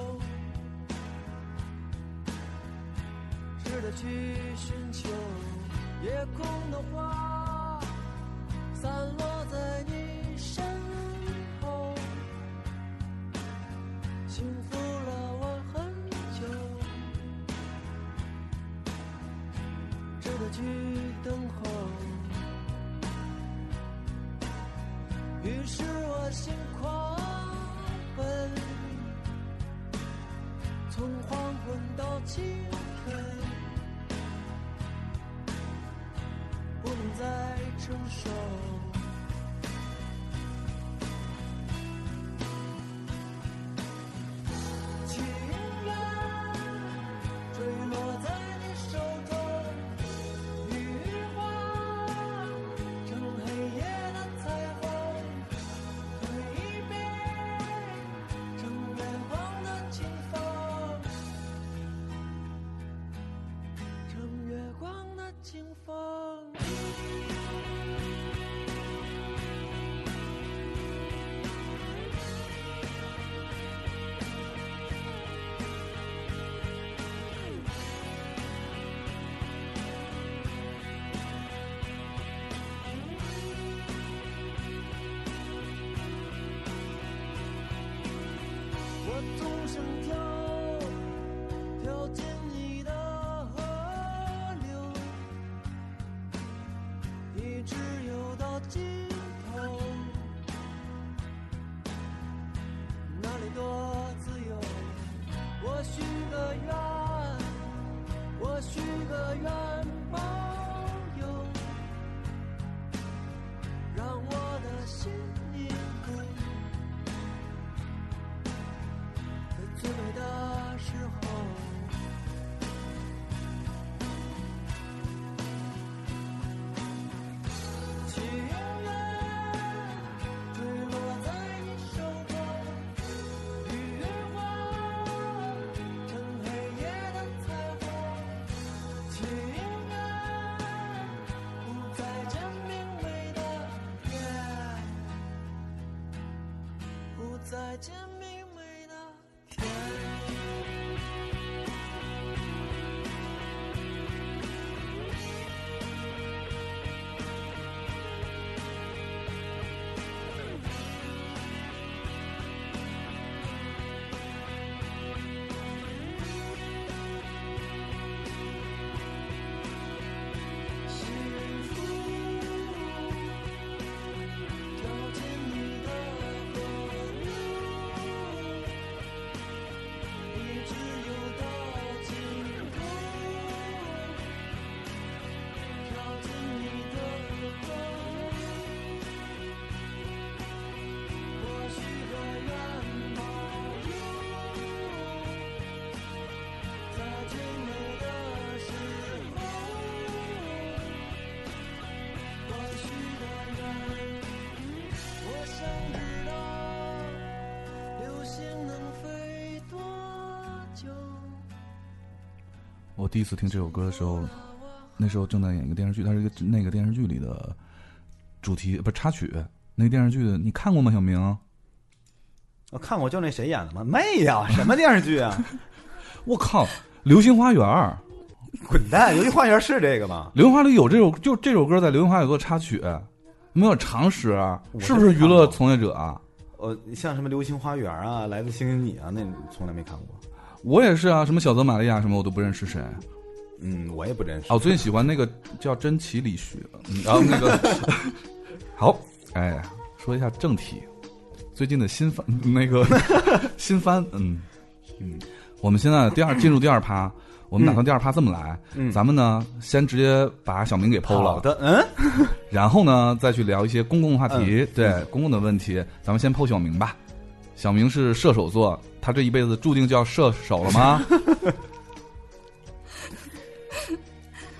值得去寻求？夜空的花散落在你身后，幸福了我很久。值得去等候。于是我心狂奔，从黄昏到清晨，
承受。情人坠落在你手中，雨花成黑夜的彩虹，挥一别成远方的清风，成月光的清风。我纵身跳，跳进你的河流，一直游到尽头。那里多自由！我许个愿，我许个愿保佑，让我的心宁静。在最美的时候。情人坠落在你手中，雨花成黑夜的彩虹。情人不再见明媚的月，不再见明媚的天。幸福跳进你的河流，一直游到尽头。跳进你的河我许个愿保佑，在最美的时候。我许的愿，我想知道流星能飞多久。
我第一次听这首歌的时候，那时候正在演一个电视剧，它是一个那个电视剧里的主题不是插曲。那个电视剧的你看过吗？小明，
我看过，就那谁演的吗？没有，什么电视剧啊？
我靠，《流星花园》儿，
滚蛋！游戏花园是这个吗？
《流星花园》里有这首，就这首歌在《流星花园》有个插曲，你们有常识啊，
我
是不是
真
娱
看
乐
过
从业者啊？
呃，像什么《流星花园》啊，《来自星星你》啊，那从来没看过。
我也是啊，什么小泽玛利亚什么我都不认识谁。啊
嗯，我也不认识。
啊，我最近喜欢那个叫真奇理学，嗯然后那个好，哎，说一下正题，最近的新番那个新番，嗯嗯，我们现在第二进入第二趴，我们打算第二趴这么来，
嗯
咱们呢先直接把小明给剖
好
了，
的，嗯，
然后呢再去聊一些公共话题，对公共的问题，咱们先剖小明吧。小明是射手座，他这一辈子注定就要射手了吗？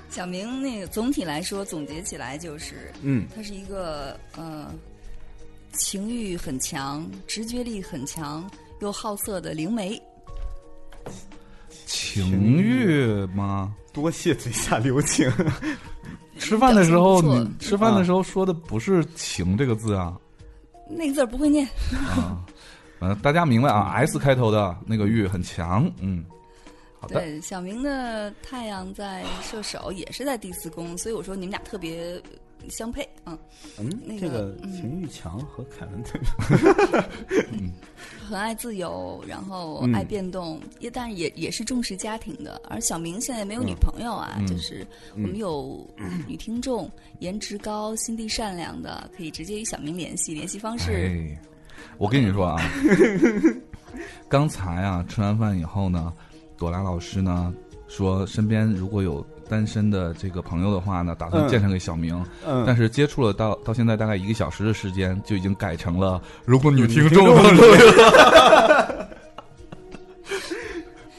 小明那个总体来说总结起来就是，
嗯，
他是一个呃，情欲很强、直觉力很强又好色的灵媒。
情欲吗？
多谢嘴下留情。
吃饭的时候，
表情不
你
错
吃饭的时候说的不是“情”这个字啊，
那个字儿不会念，
呃，大家明白啊？S 开头的那个欲很强，嗯，好的，
对，小明的太阳在射手，也是在第四宫，所以我说你们俩特别相配。嗯，
嗯，
那
这
个
个秦玉强和凯文特，
很爱自由，然后
嗯
爱变动，也但是也也是重视家庭的。而小明现在没有女朋友啊，
嗯
就是我们有女听众，颜值高、心地善良的，可以直接与小明联系，联系方式。
哎，我跟你说啊， 刚才啊，吃完饭以后呢，朵拉老师呢说，身边如果有单身的这个朋友的话呢，打算
嗯
介绍给小明，
嗯，
但是接触了到到现在大概一个小时的时间，就已经改成了如果女听
听众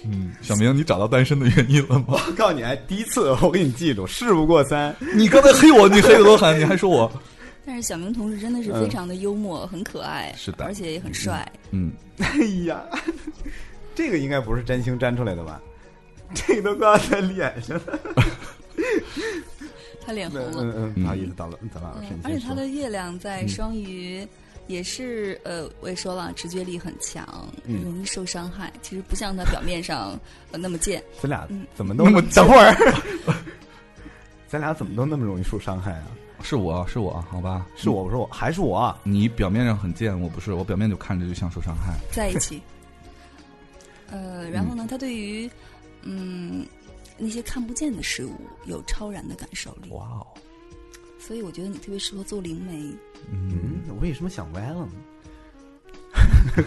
嗯，小明，你找到单身的原因了吗？
我告诉你，还第一次我给你记住，事不过三。
你刚才黑我，你黑的多狠，你还说我，
但是小明同志真的是非常的幽默，很可爱，
是的
而且也很帅。
嗯，
哎呀， 这个应该不是真心粘出来的吧？ 这个都挂在脸上了。
他脸红
嗯
了。
嗯嗯，不好意思，到了，咱俩老师
嗯
你，
而且
先
他
说。
的月亮在双鱼，也是呃，我也说了，直觉力很强，
嗯
容易受伤害。其实不像他表面上呃那么贱。
咱俩
嗯
怎么都
那么
等会儿，咱俩怎么都那么容易受伤害啊？
是我是我，好吧，
是我，不是我，还是我啊？
你表面上很贱，我不是，我表面就看着就像受伤害。
在一起。呃，然后呢，他对于嗯那些看不见的事物有超然的感受力，
哇哦，
所以我觉得你特别适合做灵媒。
嗯，
嗯，我为什么想歪了呢？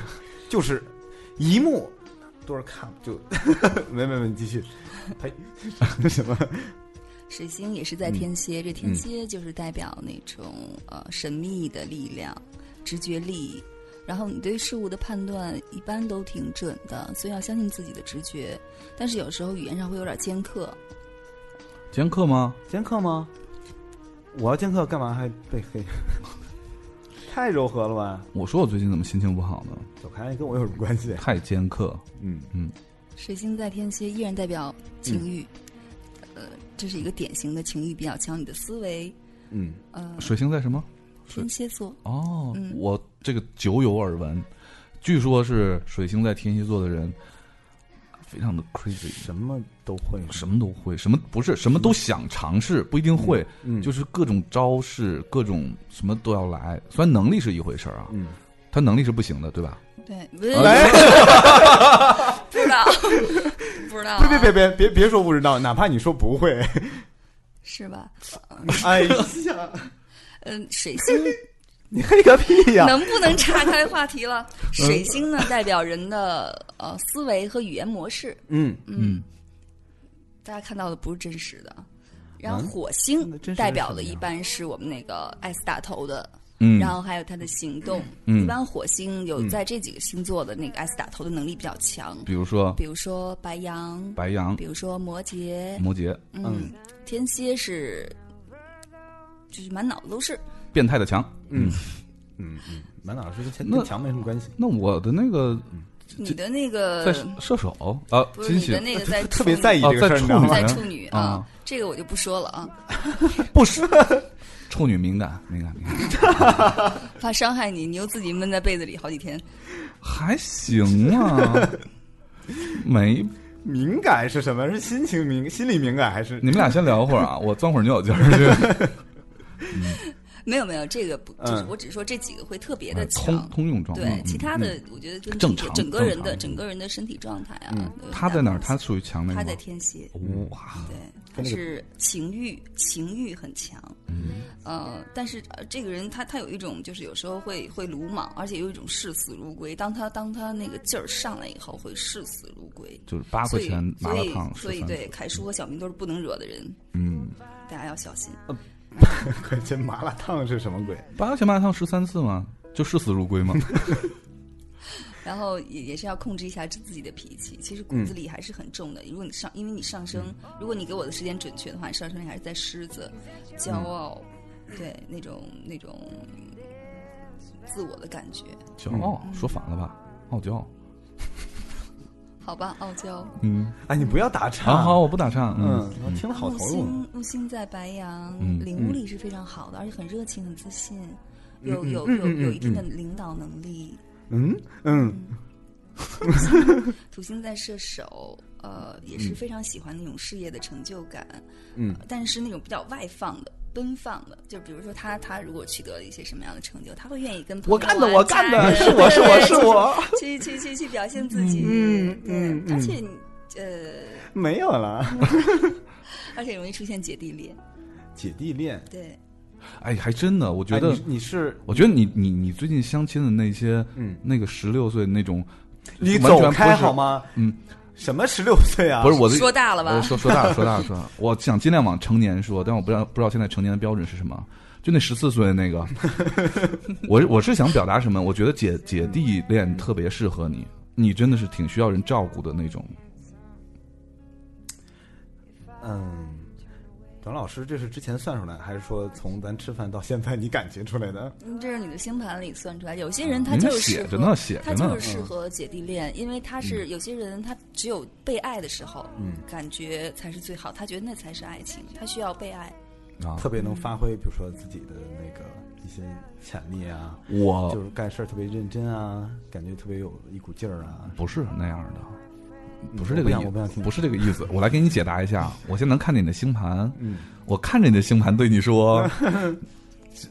就是一幕多少看就没没没，你继续。呸，什么？
水星也是在天蝎，这天蝎就是代表那种呃神秘的力量、直觉力，然后你对事物的判断一般都挺准的，所以要相信自己的直觉。但是有时候语言上会有点尖刻，
兼课吗？
兼课吗？我要兼课干嘛还被黑？太柔和了吧？
我说我最近怎么心情不好呢？
走开，跟我有什么关系？
太兼课，
嗯
水星在天蝎依然代表情欲，呃，这是一个典型的情欲比较强，你的思维，
嗯，
呃，
水星在什么？水
天蝎座，
哦，
嗯
我这个久有耳闻，据说是水星在天蝎座的人，非常的 crazy，
什么都会，
什么都会，什么不是什么都想尝试，不一定会，
嗯
就是各种招式，各种什么都要来。虽然能力是一回事儿啊，
嗯，
他能力是不行的，对吧？
对，不是 不知道， 不知道、
哎别别别别别别说不知道，哪怕你说不会，
是吧？
哎呀，
嗯、水星
你黑个屁呀！
能不能岔开话 题了？
嗯
水星呢，代表人的呃思维和语言模式，
嗯，
嗯，
大家看到的不是真实的。然后火星
嗯那真实是
代表
什么
的
呀
一般是我们那个爱死打头的，
嗯
然后还有他的行动。
嗯
一般火星有在这几个星座的那个爱死打头的能力比较强，
比如说
比如说白羊，
白羊、
比如说摩羯，
摩羯，
嗯，天蝎是，就是满脑子都是。
变态的强。
嗯嗯嗯，满脑子跟钱跟墙没什么关系，
那我的那个
你的那
在
个
射手啊，
呃不
金
是你的
星
那个在
特别
处女
在意
啊
这个事儿，
在
你知道
处
吗
女？
在处女啊
啊
这个我就不说了啊，
不是处女敏感敏感敏感，
怕伤害你，你又自己闷在被子里好几天。
还行啊，没
敏感是什么？是心情敏、心理敏感还是
你们 俩先聊会儿啊，我钻会儿牛角尖 儿去。
没有没有，这个不就是
嗯
我只是说这几个会特别的
嗯通
强，
通用状
对、
嗯嗯
其他的我觉得跟
正
自己
常
整个人
正
的
常嗯
整个人的身体状态啊，都有
他
很大
在哪儿？
关系
他属于强那
他
个
在
吗？
天嗯蝎，
哇，
对，他是情欲情欲很强，
嗯
呃，但是呃这个人他他有一种就是有时候会会鲁莽，而且有一种视死如归。当他当他那个劲儿上来以后，会视死如归。
就是八块钱麻
所
辣
以
烫，
所以
13
对凯叔和小明都是不能惹的人，
嗯，
大家要小心。
快这麻辣烫是什么鬼？
八块钱麻辣烫十三次嘛，就视死如归 嘛。
然后也也是要控制一下自己的脾气，其实骨子里还是很重的。如果你上，因为你上升，
嗯
如果你给我的时间准确的话，你上升还是在狮子，骄
嗯
傲，对那种那种自我的感觉，
骄傲，
嗯
说反了吧？傲娇。
好吧，傲娇。
嗯，
哎，你不要打岔。
好好，我不打岔。
嗯
嗯，，
我听得好
木
投入呢。
星木星在白羊，
嗯
领悟力是非常好的，而且很热情、很自信，有
嗯
有
嗯
有
嗯
有
嗯
一定的
嗯
领导能力。
嗯嗯
土星在射手，呃，也是非常喜欢那种事业的成就感，
嗯
呃但是那种比较外放的、奔放的，就比如说他他如果取得了一些什么样的成就，他会愿意跟朋友
我干的
啊
我干的
家人
是我是我
对
是 我
去去去去表现自己，
嗯嗯
对，而
嗯
且你呃，
没有了。
而且容易出现姐弟恋，
姐弟恋，
对，
哎，还真的，我觉
哎
得
你，你是
我觉得你你你最近相亲的那些，
嗯
那个十六岁那种，
你
完全
走
不
开
是
好？吗？
嗯，
什么十六岁啊？
不是我的
说大了吧
呃说说大了，说大了，说 大了。我想尽量往成年说，但我不知道不知道现在成年的标准是什么。就那十四岁的那 个，我我是想表达什么？我觉得姐姐弟恋特别适合你，你真的是挺需要人照顾的那种。
嗯，董老师，这是之前算出来，还是说从咱吃饭到现在你感觉出来的？
嗯这是你的星盘里算出来，有些人他
啊人家
就是适
写
合
着呢，写
他
着
就
呢嗯
是。适合姐弟恋，因为他是有些人，他只有被爱的时候，
嗯
感觉才是最好，他觉得那才是爱情，他需要被爱。
啊
特，别能发挥，比如说自己的那个一些潜力啊，
我
就是干事儿特别认真啊，感觉特别有一股劲儿啊。
不是那样的，
嗯
不是这个
我不想，
意
我不想
思，
听。
不是这个意思。我来给你解答一下，我现在能看见你的星盘，
嗯，
我看着你的星盘对你 说，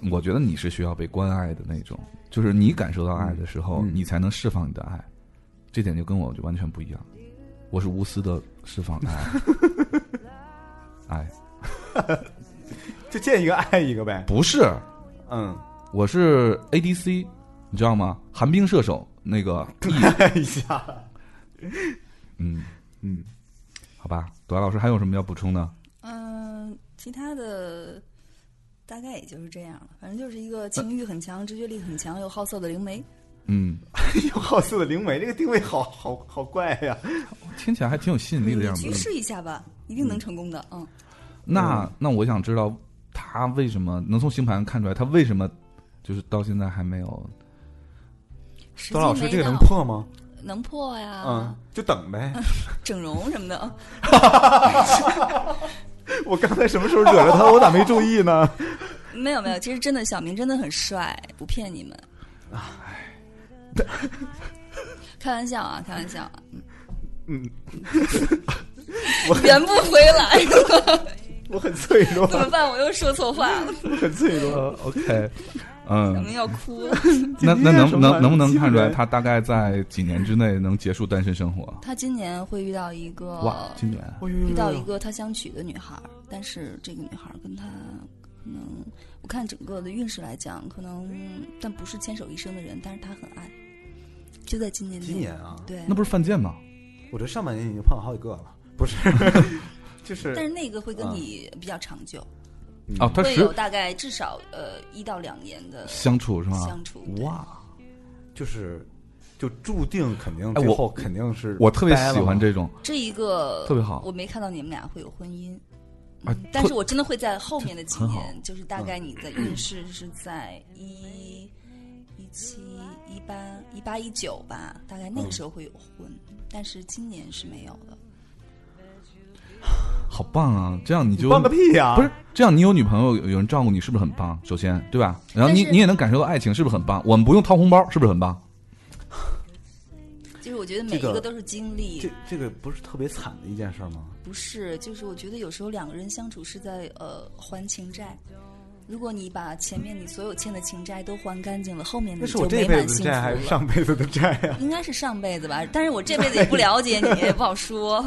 我觉得你是需要被关爱的那种，就是你感受到爱的时候，
嗯嗯
你才能释放你的爱，这点就跟我就完全不一样。我是无私的释放 爱，哎，
就见一个爱一个呗。
不是，
嗯，
我是 ADC，你知道吗？寒冰射手那个 E，
爱一下。
嗯，
嗯，
好吧，朵拉老师还有什么要补充的？
嗯、其他的大概也就是这样了，反正就是一
呃
个情欲很强、直觉力很强又好色的灵媒。
嗯，
有好色的灵媒，这个定位好好好怪呀、
听起来还挺有吸引力
嗯你
的样
去
子。
试一下吧，一定能成功的。嗯，
那那我想知道他为什么能从星盘看出来，他为什么就是到现在还没有？
时
董老
机
师，
没啊
这个
到，
能破吗？
能破呀，
嗯，就等呗。
整容什么的。嗯
我刚才什么时候惹着他？我咋没注意呢？
没有没有，其实真的小明真的很帅，不骗你们。哎 开玩笑啊，开玩笑啊，
嗯，
圆不回来了，
我很脆弱，
怎么办？我又说错话了，
我很脆弱。
呃
哎
OK，
小
哎嗯，
明要哭了。
那那能能能不能看出来
他？
他大概在几年之内能结束单身生活？
他今年会遇到一
哇
个，
今年
遇到一个他想娶的女孩儿，但是这个女孩儿跟他可能，我看整个的运势来讲，可能但不是牵手一生的人，但是他很爱，就在今年内
今年啊，
对，
那不是犯贱吗？
我这上半年已经胖了好几个了，不是， 就是嗯
但是那个会
啊
跟你比较长久。
哦，他
会
是
有大概至少呃一到两年的
相处是吗？
相处。对
啊哇，
就是就注定肯定
哎
最
我
后肯定是
我特别喜欢
掰了嘛
这种，
这一个
特别好
我没看到你们俩会有婚姻，
哎
嗯但
特
是我真的会在后面的几
很好嗯
年，就是大概你的运势是在一一七、一八、一八、一九吧，大概那
嗯
个时候会有婚，但是今年是没有的。
好棒啊！这样你就
放个屁啊呀！
不是这样，你有女朋友，有人照顾你，是不是很棒？首先，对吧？然后你
但是
你也能感受到爱情，是不是很棒？我们不用掏红包，是不是很棒？
就是我觉得每一
这个
个都是经历，
这这个不是特别惨的一件事儿吗？
不是，就是我觉得有时候两个人相处是在呃还情债。如果你把前面你所有欠的情债都还干净了，后面
那
你
是
就
我这
美
辈
满
子的
幸
债还是
福了。
上辈子的债呀？
应该是上辈子吧，但是我这辈子也不了解你，也不好说。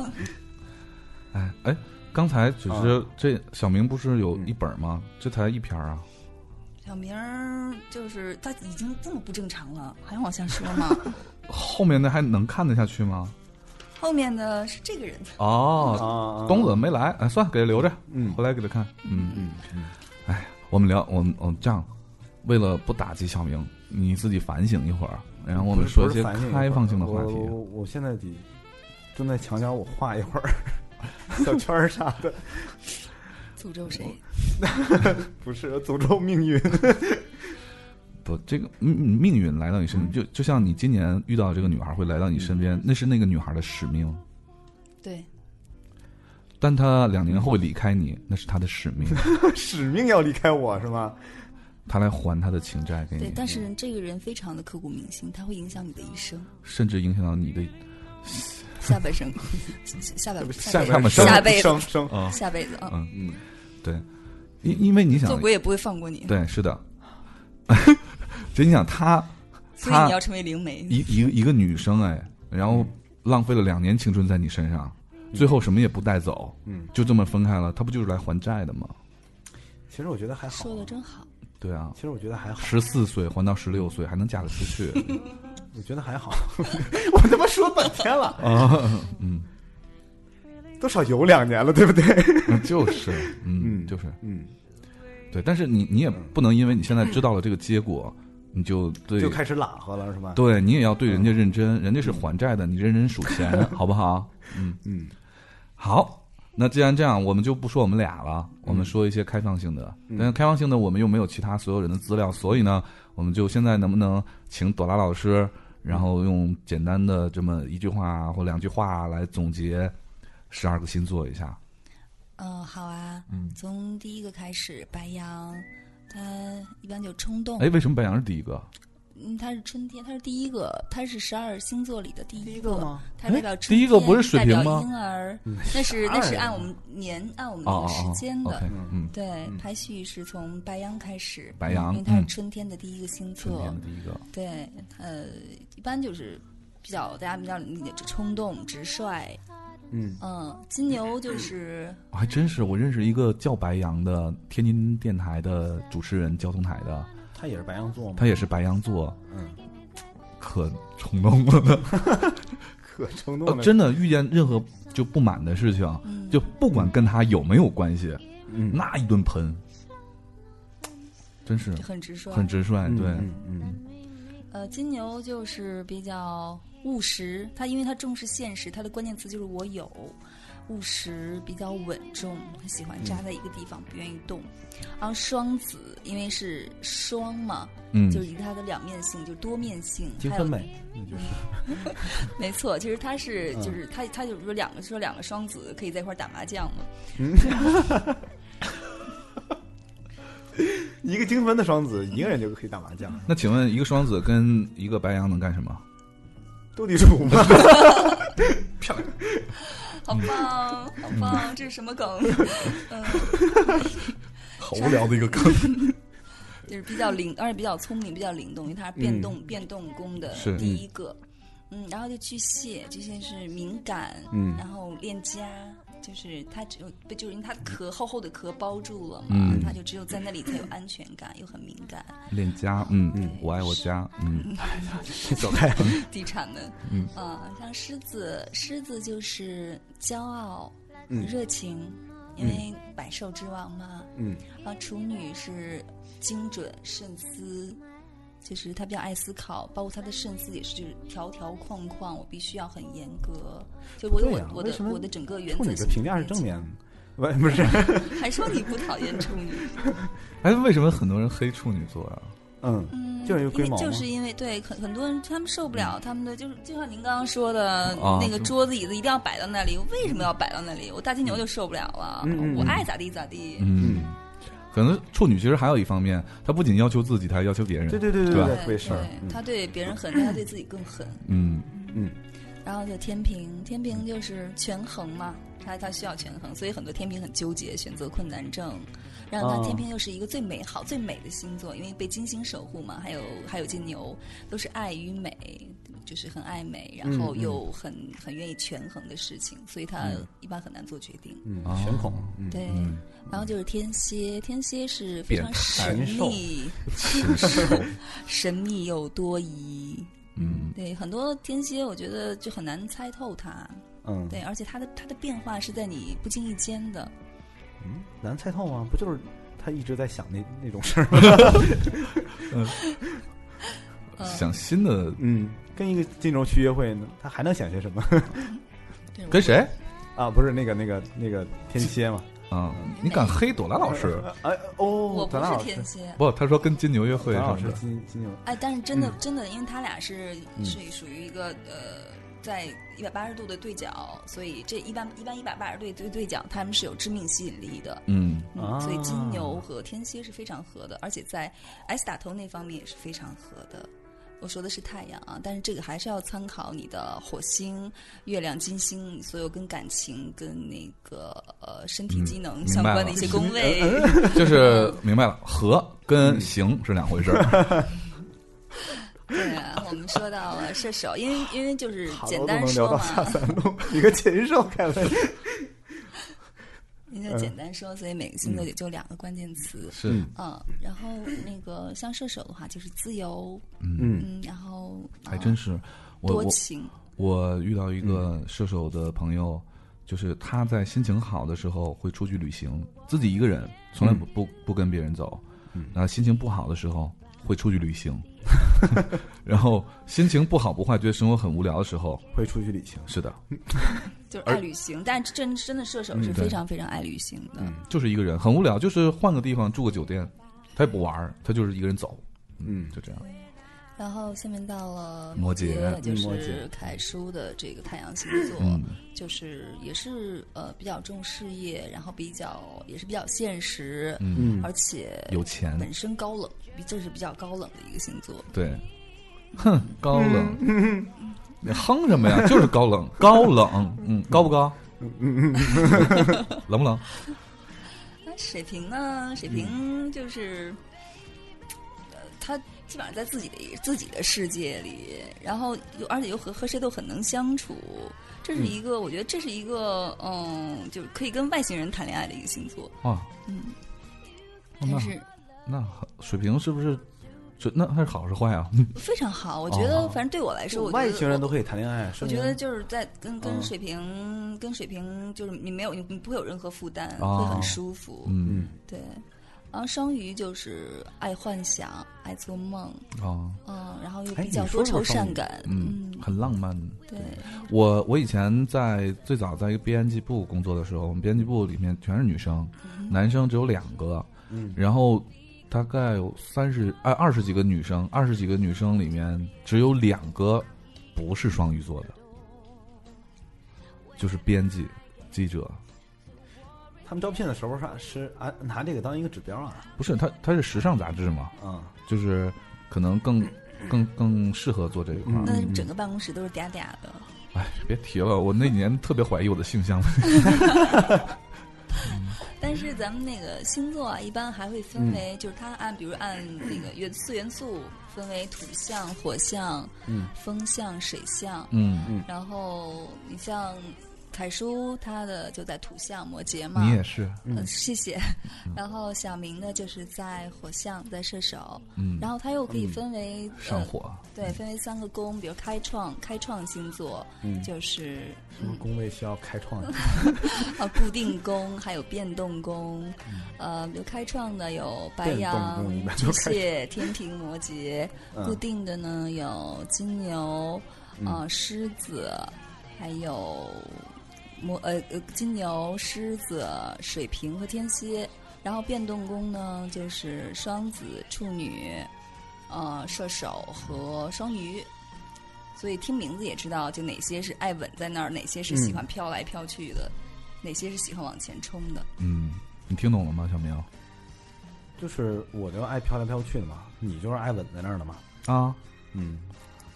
哎哎，刚才只是这小明不是有
啊嗯
一本吗？这才一篇啊，
小明儿就是他已经这么不正常了，还要往下说吗？
后面那还能看得下去吗？
后面的是这个人，
哦，
啊，
东子没来，哎，算了，给他留着，
嗯
回来给他看。嗯，
嗯嗯，
我们聊，我们我们这样，为了不打击小明，你自己反省一会儿，啊然后我们
不是
说
不是
些
反省一会儿
开放性的话题
我。我我现在得蹲在墙角，我画一会儿 小圈儿啥的，
诅咒谁？
不是诅咒命运。
不，这个嗯命运来到你身边，
嗯
就就像你今年遇到这个女孩会来到你身边，那是那个女孩的使命。
对，
但她两年后离开你，那是她的使 命，
使命要离开我是吗？
她来还她的情债
嗯
给
对，
你，
但是这个人非常的刻骨铭心，他会影响你的一生，
甚至影响到你的
嗯下半生， 下半
下
辈
半
子，
生
呃下辈子，
生生，
啊，
下辈子啊！
嗯，
嗯，
因因为你
做
想，
鬼也不会放过你，
对，是的， 就你想她
所以
她
你要成为灵媒。
一一个一个女生哎，然后
嗯
浪费了两年青春在你身上，最后什么也不带走，
嗯，
就这么分开了，她不就是来还债的吗？
其实我觉得还好
说，的真好，
对啊，
其实我觉得还好。
十四岁还到十六岁还能嫁得出去，
我觉得还好， 我他妈说半天了，
啊， 嗯，
多少有两年了，对不对？
就是，嗯，
嗯
就是
嗯，
对。但是你你也不能因为你现在知道了这个结果，你就对
就开始拉和了是嗯吧？
对你也要对人家认真，人家是还债的，你认真数 钱，好不好？嗯
嗯，
好。那既然这样，我们就不说我们俩了，我们说一些开放性的。但是开放性的，我们又没有其他所有人的资料，所以呢，我们就现在能不能请朵拉老师，然后用简单的这么一句话或两句话来总结十二个星座一下？
嗯，好啊，从第一个开始，白羊，它一般就冲动，
哎，为什么白羊是第一个？
嗯，它是春天，它是第一个，它是十二星座里的第
第
一
一个吗？
它代表春
哎第一个不是水瓶
代
吗
表婴儿，那是
啥玩意
那
儿
是按我们年按我们
哦
那个
哦
时
哦
间的，
，OK，嗯，
对，排序是从白羊开始，
白羊
因为它是
嗯
春天的第一个星
春
座
天，的第一个，
对，呃，一般就是比较大家比较理解冲动、直率，
嗯，
嗯，金牛就是
还真是，我认识一个叫白羊的天津电台的主持人，交通台的，
他也是白羊座吗？
他也是白羊座，
嗯，
可冲动了，
可冲
呃
动了，
真的遇见任何就不满的事情，
嗯
就不管跟他有没有关系，
嗯
那一顿喷，真是
就很直率，
嗯很直率，
嗯
对，
嗯嗯
呃，金牛就是比较务实，他因为他重视现实，他的关键词就是我有。务实比较稳重，他喜
嗯
欢扎在一个地方，不愿意动。然后双子，因为是双嘛，
嗯
就是它的两面性，就是多面性，
精
还有
分呗，那 就是
没错，其实他是
嗯
就是他他就是说两个说两个双子可以在一块儿打麻将嘛，
一个精分的双子，一个人就可以打麻将，
那请问一个双子跟一个白羊能干什么？
斗地主吗？
嗯
好棒，好棒，这是什么梗？嗯，
好无聊的一个坑，
就是比较灵，而且比较聪明，比较灵动，因为它是变动、变动宫的
嗯是
第一个。嗯，然后就巨蟹，巨蟹是敏感，
嗯
然后恋家，就是它只有被就是因为它壳厚厚的壳包住了嘛，
嗯
它就只有在那里才有安全感，又很敏感。
恋家，嗯
对
嗯，我爱我家，嗯
你 走开，
地产们，
嗯
啊，像狮子，狮子就是骄傲、
嗯
热情，
嗯
因为百兽之王嘛。
嗯
然后处女是精准、慎思，就是她比较爱思考，包括她的慎思也是就是条条框框，我必须要很严格。就我有
对
我、
呀
我
为什
的
么
我的整个原
处
则
女的
性
评价是正面的， 不不是，
还说你不讨厌 处女，
哎，为什么很多人黑处女座啊？
嗯，
嗯，
就是因为龟毛
就
吗嗯
是因为对很很多人他们受不了他们的，就是就像您刚刚说的、
啊
那个
就
桌子椅子一定要摆到那里，为什么要摆到那里？我大金牛就受不了了，
嗯嗯嗯
我
嗯
爱咋地咋地。
嗯，可能处女其实还有一方面，她不仅要求自己，她还要求别人。
对对对对
对吧
对
会嗯是，
对，他对别人狠，他对自己更狠。
嗯，
嗯
然后就天平，天平就是权衡嘛，他他需要权衡，所以很多天平很纠结，选择困难症。然后他
哦
天平又是一个最美好、最美的星座，因为被金星守护嘛，还有还有金牛，都是爱与美，就是很爱美，然后
嗯
又很、很愿意权衡的事情，所以他一般很难做决定。
嗯
哦
嗯，选孔，嗯
对，然后就是天蝎，天蝎是非
变
常
态
神
禽兽
秘、 神秘又多疑。
嗯，
对，很多天蝎我觉得就很难猜透它。
嗯，
对，而且它的它的变化是在你不经意间的。
嗯，难猜透吗？不就是他一直在想那那种事儿吗？
呃
想新的
嗯，跟一个金牛去约会呢，他还能想些什么
对我
跟谁
啊？不是那个那个那个天蝎嘛？
啊？你敢黑朵拉老师？
哎哦
我，不
咱俩
是
老师
天，蝎，
不，他说跟金牛约会
咱俩老
什
师
么的。
金金牛，
哎，但是真的、真的，因为他俩是是属于一个、呃，在一百八十度的对角，所以这一般一般一百八十度对对对角，他们是有致命吸引力的。
嗯，
嗯，
啊
所以金牛和天蝎是非常合的，而且在 S 打头那方面也是非常合的。我说的是太阳啊，但是这个还是要参考你的火星、月亮、金星，所有跟感情、跟那个呃身
嗯
体机能相 关的一些宫位。
就是明白了，和跟行是两回事 儿。
对啊，我们说到了射手，因为因为就是
好
简
多都
单
能聊
说
到下
嘛，
三路，一个禽兽，凯文。
你
嗯
就简单说，所以每个星座也就两个关键词。
是
嗯
嗯，然后那个像射手的话就是自由，
嗯
嗯，然后
还
呃
真是我
多
我
情，
我遇到一个射手的朋友，就是他在心情好的时候会出去旅行，自己一个人，从来不、不不跟别人走。那心情不好的时候会出去旅行， 然后心情不好不坏，觉得生活很无聊的时候，
会出去旅行。
是的，
就是爱旅行。但真真的射
嗯
手是非常非常爱旅行的。
就是一个人很无聊，就是换个地方住个酒店，他也不玩儿，他就是一个人走，
嗯
就这样。
然后下面到了
摩羯
也就
嗯摩羯
是凯叔的这个太阳星座，
嗯
就是也是呃比较重事业，然后比较也是比较现实，
嗯
而且
有钱，
本身高冷，比就是比较高冷的一个星座。
对，哼，高冷，
嗯
你哼什么呀？ 就是高冷，高冷，嗯，高不高？ 冷不冷？
那水瓶呢？水瓶就是，呃，他基本上在自己的自己的世界里，然后又而且又和和谁都很能相处，这是一个、我觉得这是一个嗯，就是可以跟外星人谈恋爱的一个星座，
啊，哦
嗯，
那
但是
那水平是不是？这那那是好是坏啊？
非常好，我觉得反正对我来说，我觉
外
得
星人都可以谈恋爱，
我
是吗
觉得就是在跟跟
嗯
水瓶跟水瓶，就是你没有你不会有任何负担，
哦
会很舒服，
嗯
对。然后双鱼就是爱幻想，爱做梦，
啊，
嗯，然后又
哎
比较
你说
多
说双
愁善
鱼
感，
嗯，很浪漫。
对，
我我以前在最早在一个编辑部工作的时候，我们编辑部里面全是女生，
嗯
男生只有两个，
嗯
然后大概有三十哎二十几个女生，二十几个女生里面只有两个不是双鱼座的，就是编辑、记者，
他们招聘的时候是是啊拿这个当一个指标啊，
不是他他是时尚杂志嘛，
嗯，
就是可能更更更适合做这一块儿。
那整个办公室都是嗲嗲的。
哎，别提了，我那年特别怀疑我的性向。
但是咱们那个星座啊，一般还会
嗯
分为，就是它按，比如按那个元素元素分为土象、火象、
嗯
风象、水象。
嗯，
然后你像凯叔，他的就在土象摩羯嘛，
你也嗯是，
呃，谢谢。 然后小明呢，就是在火象，在射手。
嗯
然后他又可以分为、呃
上火。
对，分为三个宫，比如开创，开创星座、
嗯
就是
什么工位需要开创？
啊固定宫，还有变动宫。呃，比如开创的有白
嗯变动
羊
宫一、般
巨
都开
蟹、天平、摩羯；
嗯
固定的呢有金牛、呃狮子，还有摩呃呃金牛、狮子、水瓶和天蝎。然后变动宫呢就是双子、处女、呃射手和双鱼。所以听名字也知道，就哪些是爱稳在那儿，哪些是喜欢飘来飘去的，哪些是喜欢往前冲的。
嗯，你听懂了吗，小明？
就是我就爱飘来飘去的嘛，你就是爱稳在那儿的嘛。
啊，
嗯，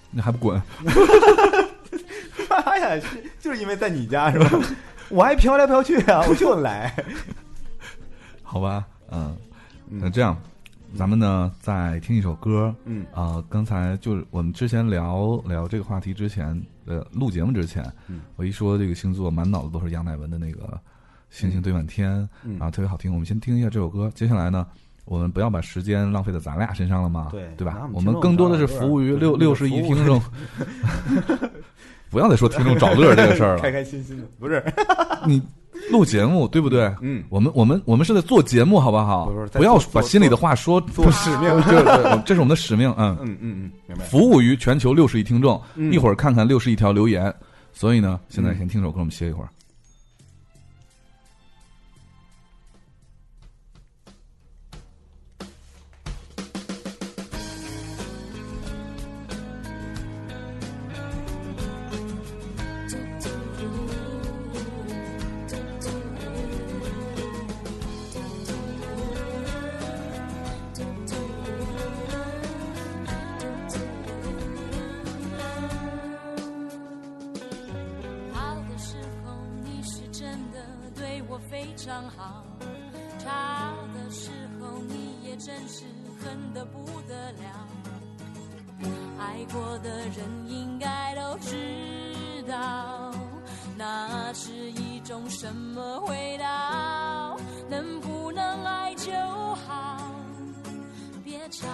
你还不滚？
哎呀，是就是因为在你家是吧？ 我爱飘来飘去 啊，我就来。
好吧，嗯，
嗯
那这样，咱们呢再听一首歌。
嗯
啊、刚才就是我们之前聊聊这个话题之前，呃，录节目之前，
嗯
我一说这个星座，满脑子都是杨乃文的那个《星星堆满天》
嗯
啊，特别好听。我们先听一下这首歌，接下来呢，我们不要把时间浪费在咱俩身上了嘛，
对
对
那
吧我
我？们听
们
众
更多的
找
是
乐
服务于
对
六
对
六十亿
服务
听众。 不要再说听众找乐这个事儿
开
了，
开心心的，不是？
你录节目对不对？
嗯，
我们我们我们是在做节目，好不好？
不是在
不要
做
把
做
心里的话说，
做使命。
这这这是我们的使命，嗯，
嗯嗯嗯，明白。
服务于全球六十亿听众。
嗯
一会儿看看六十亿条留言，所以呢，现在先听首歌，我们歇一会儿。
好的时候你是真的对我非常好，差的时候你也真是恨得不得了。爱过的人应该都知道，那是一种什么味道？能不能爱就好，别吵。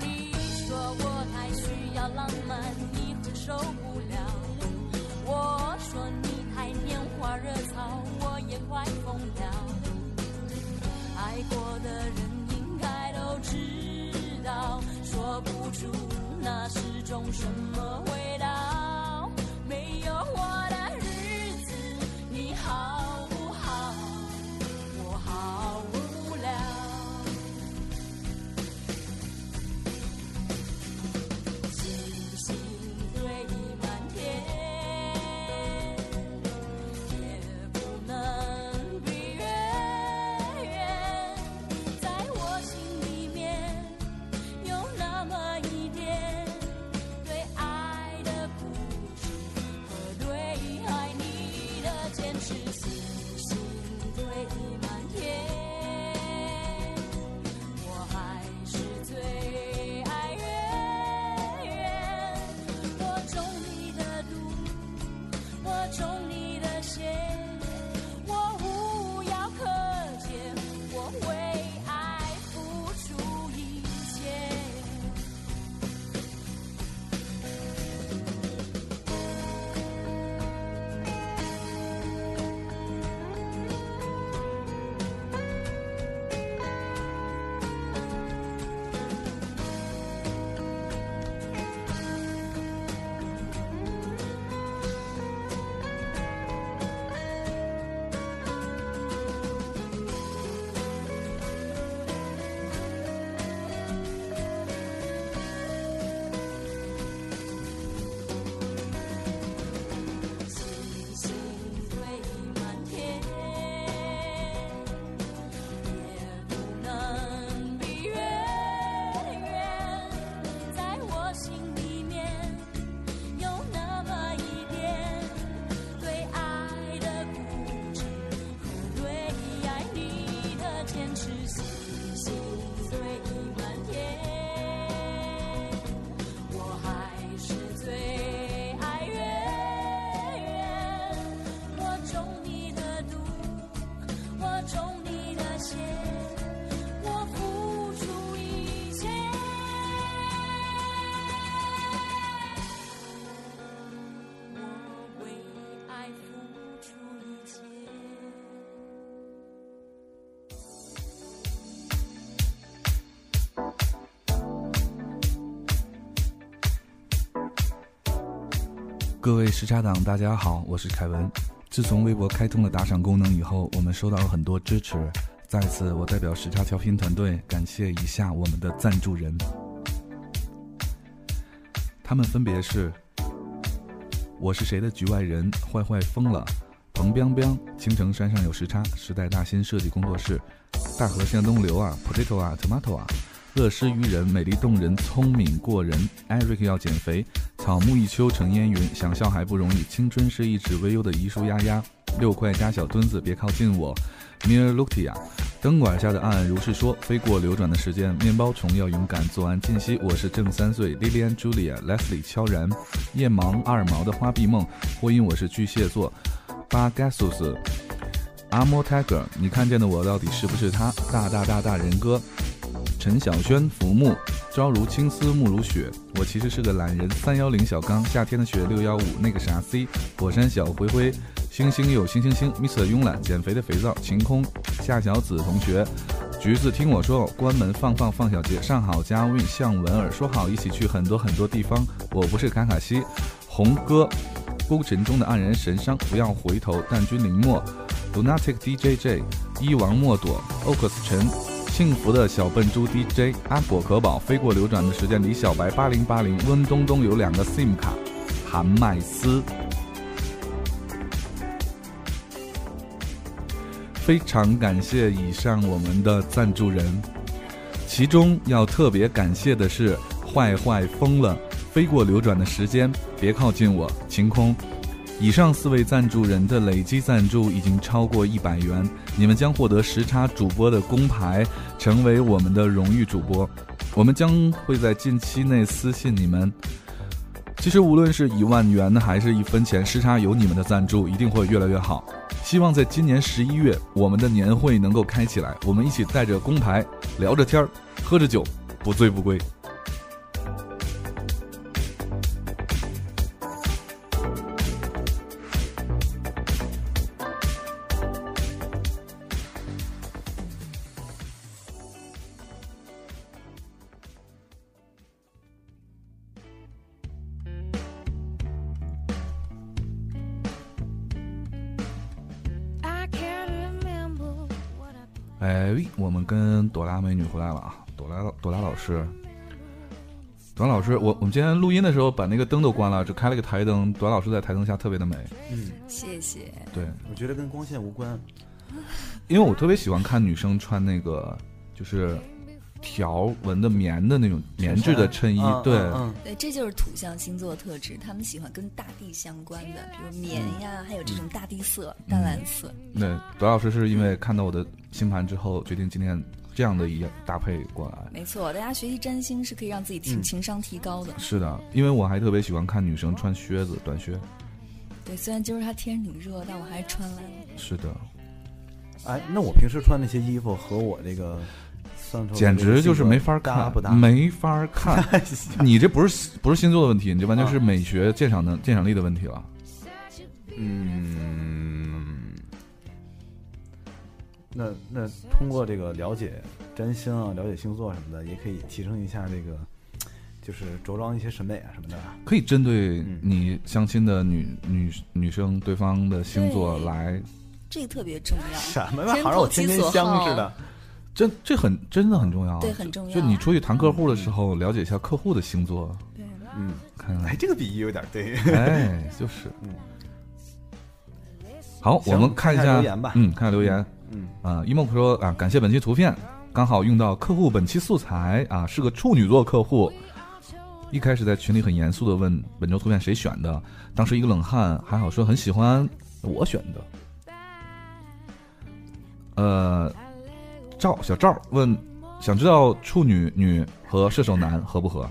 你说我太需要浪漫，你会受不了。我说你太拈花惹草，我也快疯了。爱过的人应该都知道，说不出那是种什么味道。没有我的日子，你好不好？我好无聊。星星堆满天。也不能比月圆，在我心里面有那么一点对爱的固执和对爱你的坚持。星星堆满天，我还是最爱月圆。我中你的毒。我中你的邪，我无药可解，我为爱付出一切。星星堆满天，也不能比月圆，在我心里面有那么一点对爱的固执和对爱你的坚持。星星堆满天。我还是最爱月圆，我中你的毒，我中你的邪，我付出一切。我为爱付出一切。
各位时差党，大家好，我是凯文。自从微博开通了打赏功能以后，我们收到了很多支持。在此，我代表时差调频团队感谢以下我们的赞助人，他们分别是：我是谁的局外人、坏坏疯了、彭彪彪、青城山上有时差、时代大新设计工作室、大河向东流啊、potato 啊、tomato 啊、乐施于人、美丽动人、聪明过人、Eric 要减肥、草木一秋成烟云，想笑还不容易。青春是一纸微忧的遗书丫丫，六块加小墩子，别靠近我。Mir Lucia，灯管下的暗暗如是说，飞过流转的时间，面包虫要勇敢。做完间隙，我是正三岁，Lilian Julia Leslie 悄然，夜盲二毛的花臂梦，或因我是巨蟹座。巴 Gasus，阿莫 Tiger，你看见的我到底是不是他？大大大大人哥，陈小轩浮木，朝如青丝暮如雪，我其实是个懒人。三幺零小刚，夏天的雪六幺五那个啥 C，火山小灰灰，星星有星星星，Mr 慵懒，减肥的肥皂，晴空，夏小紫同学。橘子听我说，关门放放放小杰，上好佳韵，向文尔说好一起去很多很多地方。我不是卡卡西，红哥，孤城中的黯然神伤，不要回头，但君临墨，Lunatic DJJ，一王莫朵，Ocus 陈，幸福的小笨猪 DJ，阿果可宝，飞过流转的时间，李小白八零八零，温东东有两个 SIM 卡，韩麦斯。非常感谢以上我们的赞助人，其中要特别感谢的是坏坏疯了，飞过流转的时间，别靠近我，晴空。以上四位赞助人的累计赞助已经超过一百元，你们将获得时差主播的公牌，成为我们的荣誉主播。我们将会在近期内私信你们。其实无论是一万元还是一分钱，时差有你们的赞助，一定会越来越好。希望在今年十一月，我们的年会能够开起来，我们一起带着工牌聊着天儿，喝着酒，不醉不归。
I can't remember what I
哎，我们跟朵拉美女回来了啊！朵拉朵拉老师，朵拉老师，我我们今天录音的时候把那个灯都关了，只开了个台灯。朵拉老师在台灯下特别的美，
嗯，
谢谢。
对，
我觉得跟光线无关。
因为我特别喜欢看女生穿那个就是条纹的棉的那种棉质的衬衣，
嗯
对，
嗯
对，这就是土象星座特质，他们喜欢跟大地相关的，比如棉呀，还有这种大地色、
嗯
淡蓝色。
那朵拉老师是因为看到我的星盘之后，决定今天这样的一搭配过来。
没错，大家学习占星是可以让自己
嗯
情情商提高的。
是的，因为我还特别喜欢看女生穿靴子、短靴。
对，虽然今儿它天挺热，但我还是穿来了。
是的，
哎，那我平时穿那些衣服和我这个算出来
简
这个
直就是
性格
没法
搭
看，
不搭？
没法看。你这不是不是星座的问题，你这完全是美学鉴赏能鉴赏力的问题了。
嗯，那那通过这个了解占星啊，了解星座什么的，也可以提升一下这个，就是着装一些审美啊什么的吧。
可以针对
嗯
你相亲的女女女生对方的星座
对
来，
这个特别重要，
什么玩意儿？好像我天天香似的。
这这很真的很重要啊。
对，很重要。嗯
就你出去谈客户的时候，了解一下客户的星座，
对
嗯，
看看
哎，这个比喻有点对。
哎，就是
嗯，
好，
行
我们看一下
看看留言吧
嗯，看看留言
嗯，
啊。一梦说啊，感谢本期图片，刚好用到客户本期素材啊，是个处女座客户。一开始在群里很严肃的问本周图片谁选的，当时一个冷汗，还好说很喜欢我选的。呃，赵小赵问，想知道处女女和射手男合不合？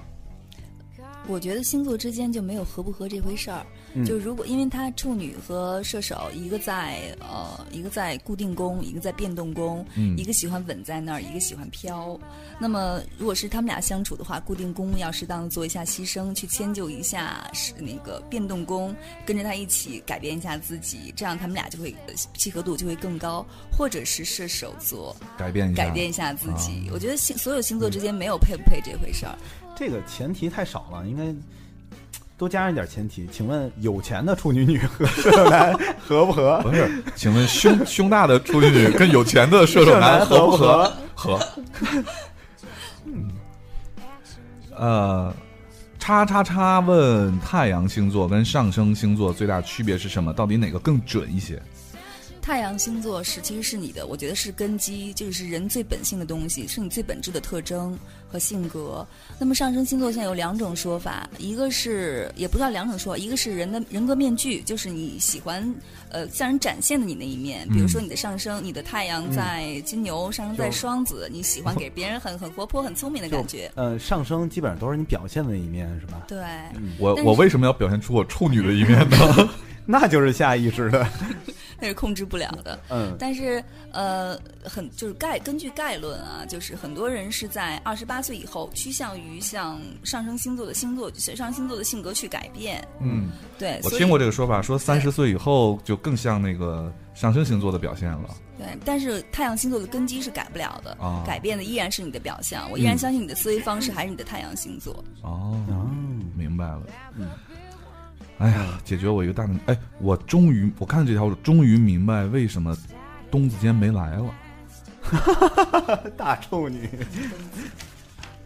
我觉得星座之间就没有合不合这回事儿。
嗯
就如果因为他处女和射手，一个在呃，一个在固定宫，一个在变动宫，
嗯
一个喜欢稳在那儿，一个喜欢飘。那么如果是他们俩相处的话，固定宫要适当的做一下牺牲，去迁就一下是那个变动宫，跟着他一起改变一下自己，这样他们俩就会呃契合度就会更高。或者是射手座，
改变一下，
改变一下自己。我觉得星所有星座之间没有配不配这回事儿。
这个前提太少了，应该多加上一点前提。请问有钱的处女女和射手男合不合？
不是，请问胸胸大的处女跟有钱的 射手男合不合？合。 嗯呃，叉叉叉问太阳星座跟上升星座最大区别是什么？到底哪个更准一些？
太阳星座是其实是你的，我觉得是根基，就是人最本性的东西，是你最本质的特征和性格。那么上升星座现在有两种说法，一个是也不知道两种说，一个是人的人格面具，就是你喜欢呃向人展现的你那一面，比如说你的上升，你的太阳在金牛，上升在
就
双子，你喜欢给别人很很活泼、很聪明的感觉。
呃，上升基本上都是你表现的一面，是吧？
对，
我
但是
我为什么要表现出我处女的一面呢？
那就是下意识的，
那是控制不了的。
嗯，
但是呃，很就是概根据概论啊，就是很多人是在二十八岁以后趋向于向上升星座的星座上升星座的性格去改变。
嗯，
对，
我
所以
听过这个说法，说三十岁以后就更像那个上升星座的表现了。
对，但是太阳星座的根基是改不了的，
哦
改变的依然是你的表象。我依然相信你的思维方式还是你的太阳星座。
哦，
嗯
明白了。
嗯，
哎呀，解决我一个大的哎，我终于我看这条，我终于明白为什么东子今天没来了。
大处女。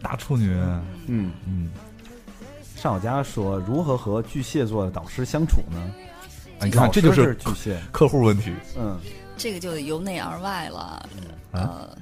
大处女，
嗯，
嗯，
上我家说如何和巨蟹座的导师相处呢？
哎你看
导师
这就是是
巨蟹，
客户问题。
嗯，
这个就由内而外了。
啊
呃，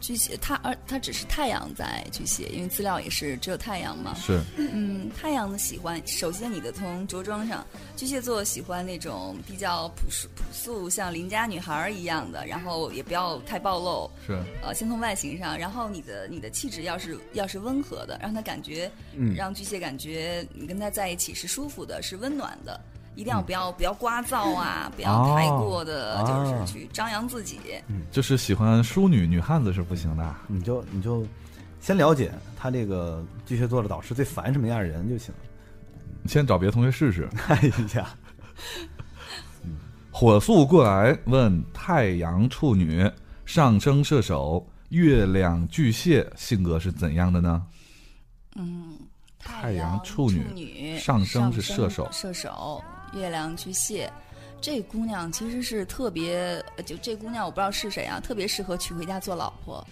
巨蟹，它而它只是太阳在巨蟹，因为资料也是只有太阳嘛。
是
嗯，太阳的喜欢，首先你的从着装上，巨蟹座喜欢那种比较朴素、朴素像邻家女孩儿一样的，然后也不要太暴露，
是，
呃，先从外形上，然后你的你的气质要是 要是温和的，让他感觉，
嗯
让巨蟹感觉你跟他在一起是舒服的，是温暖的。一定要不要、不要聒噪啊，不要太
嗯哦
过的、
啊
就是去张扬自己。
就是喜欢淑女女汉子是不行的。
你就你就先了解他这个巨蟹座的导师最烦什么样的人就行。 哎
你先找别的同学试试。
看一下，
火速过来问太阳处女、上升射手、月亮巨蟹性格是怎样的呢？
嗯，
太阳处
女
女，上
升
升是射手
射手，月亮巨蟹。这姑娘其实是特别，呃就这姑娘我不知道是谁啊，特别适合娶回家做老婆。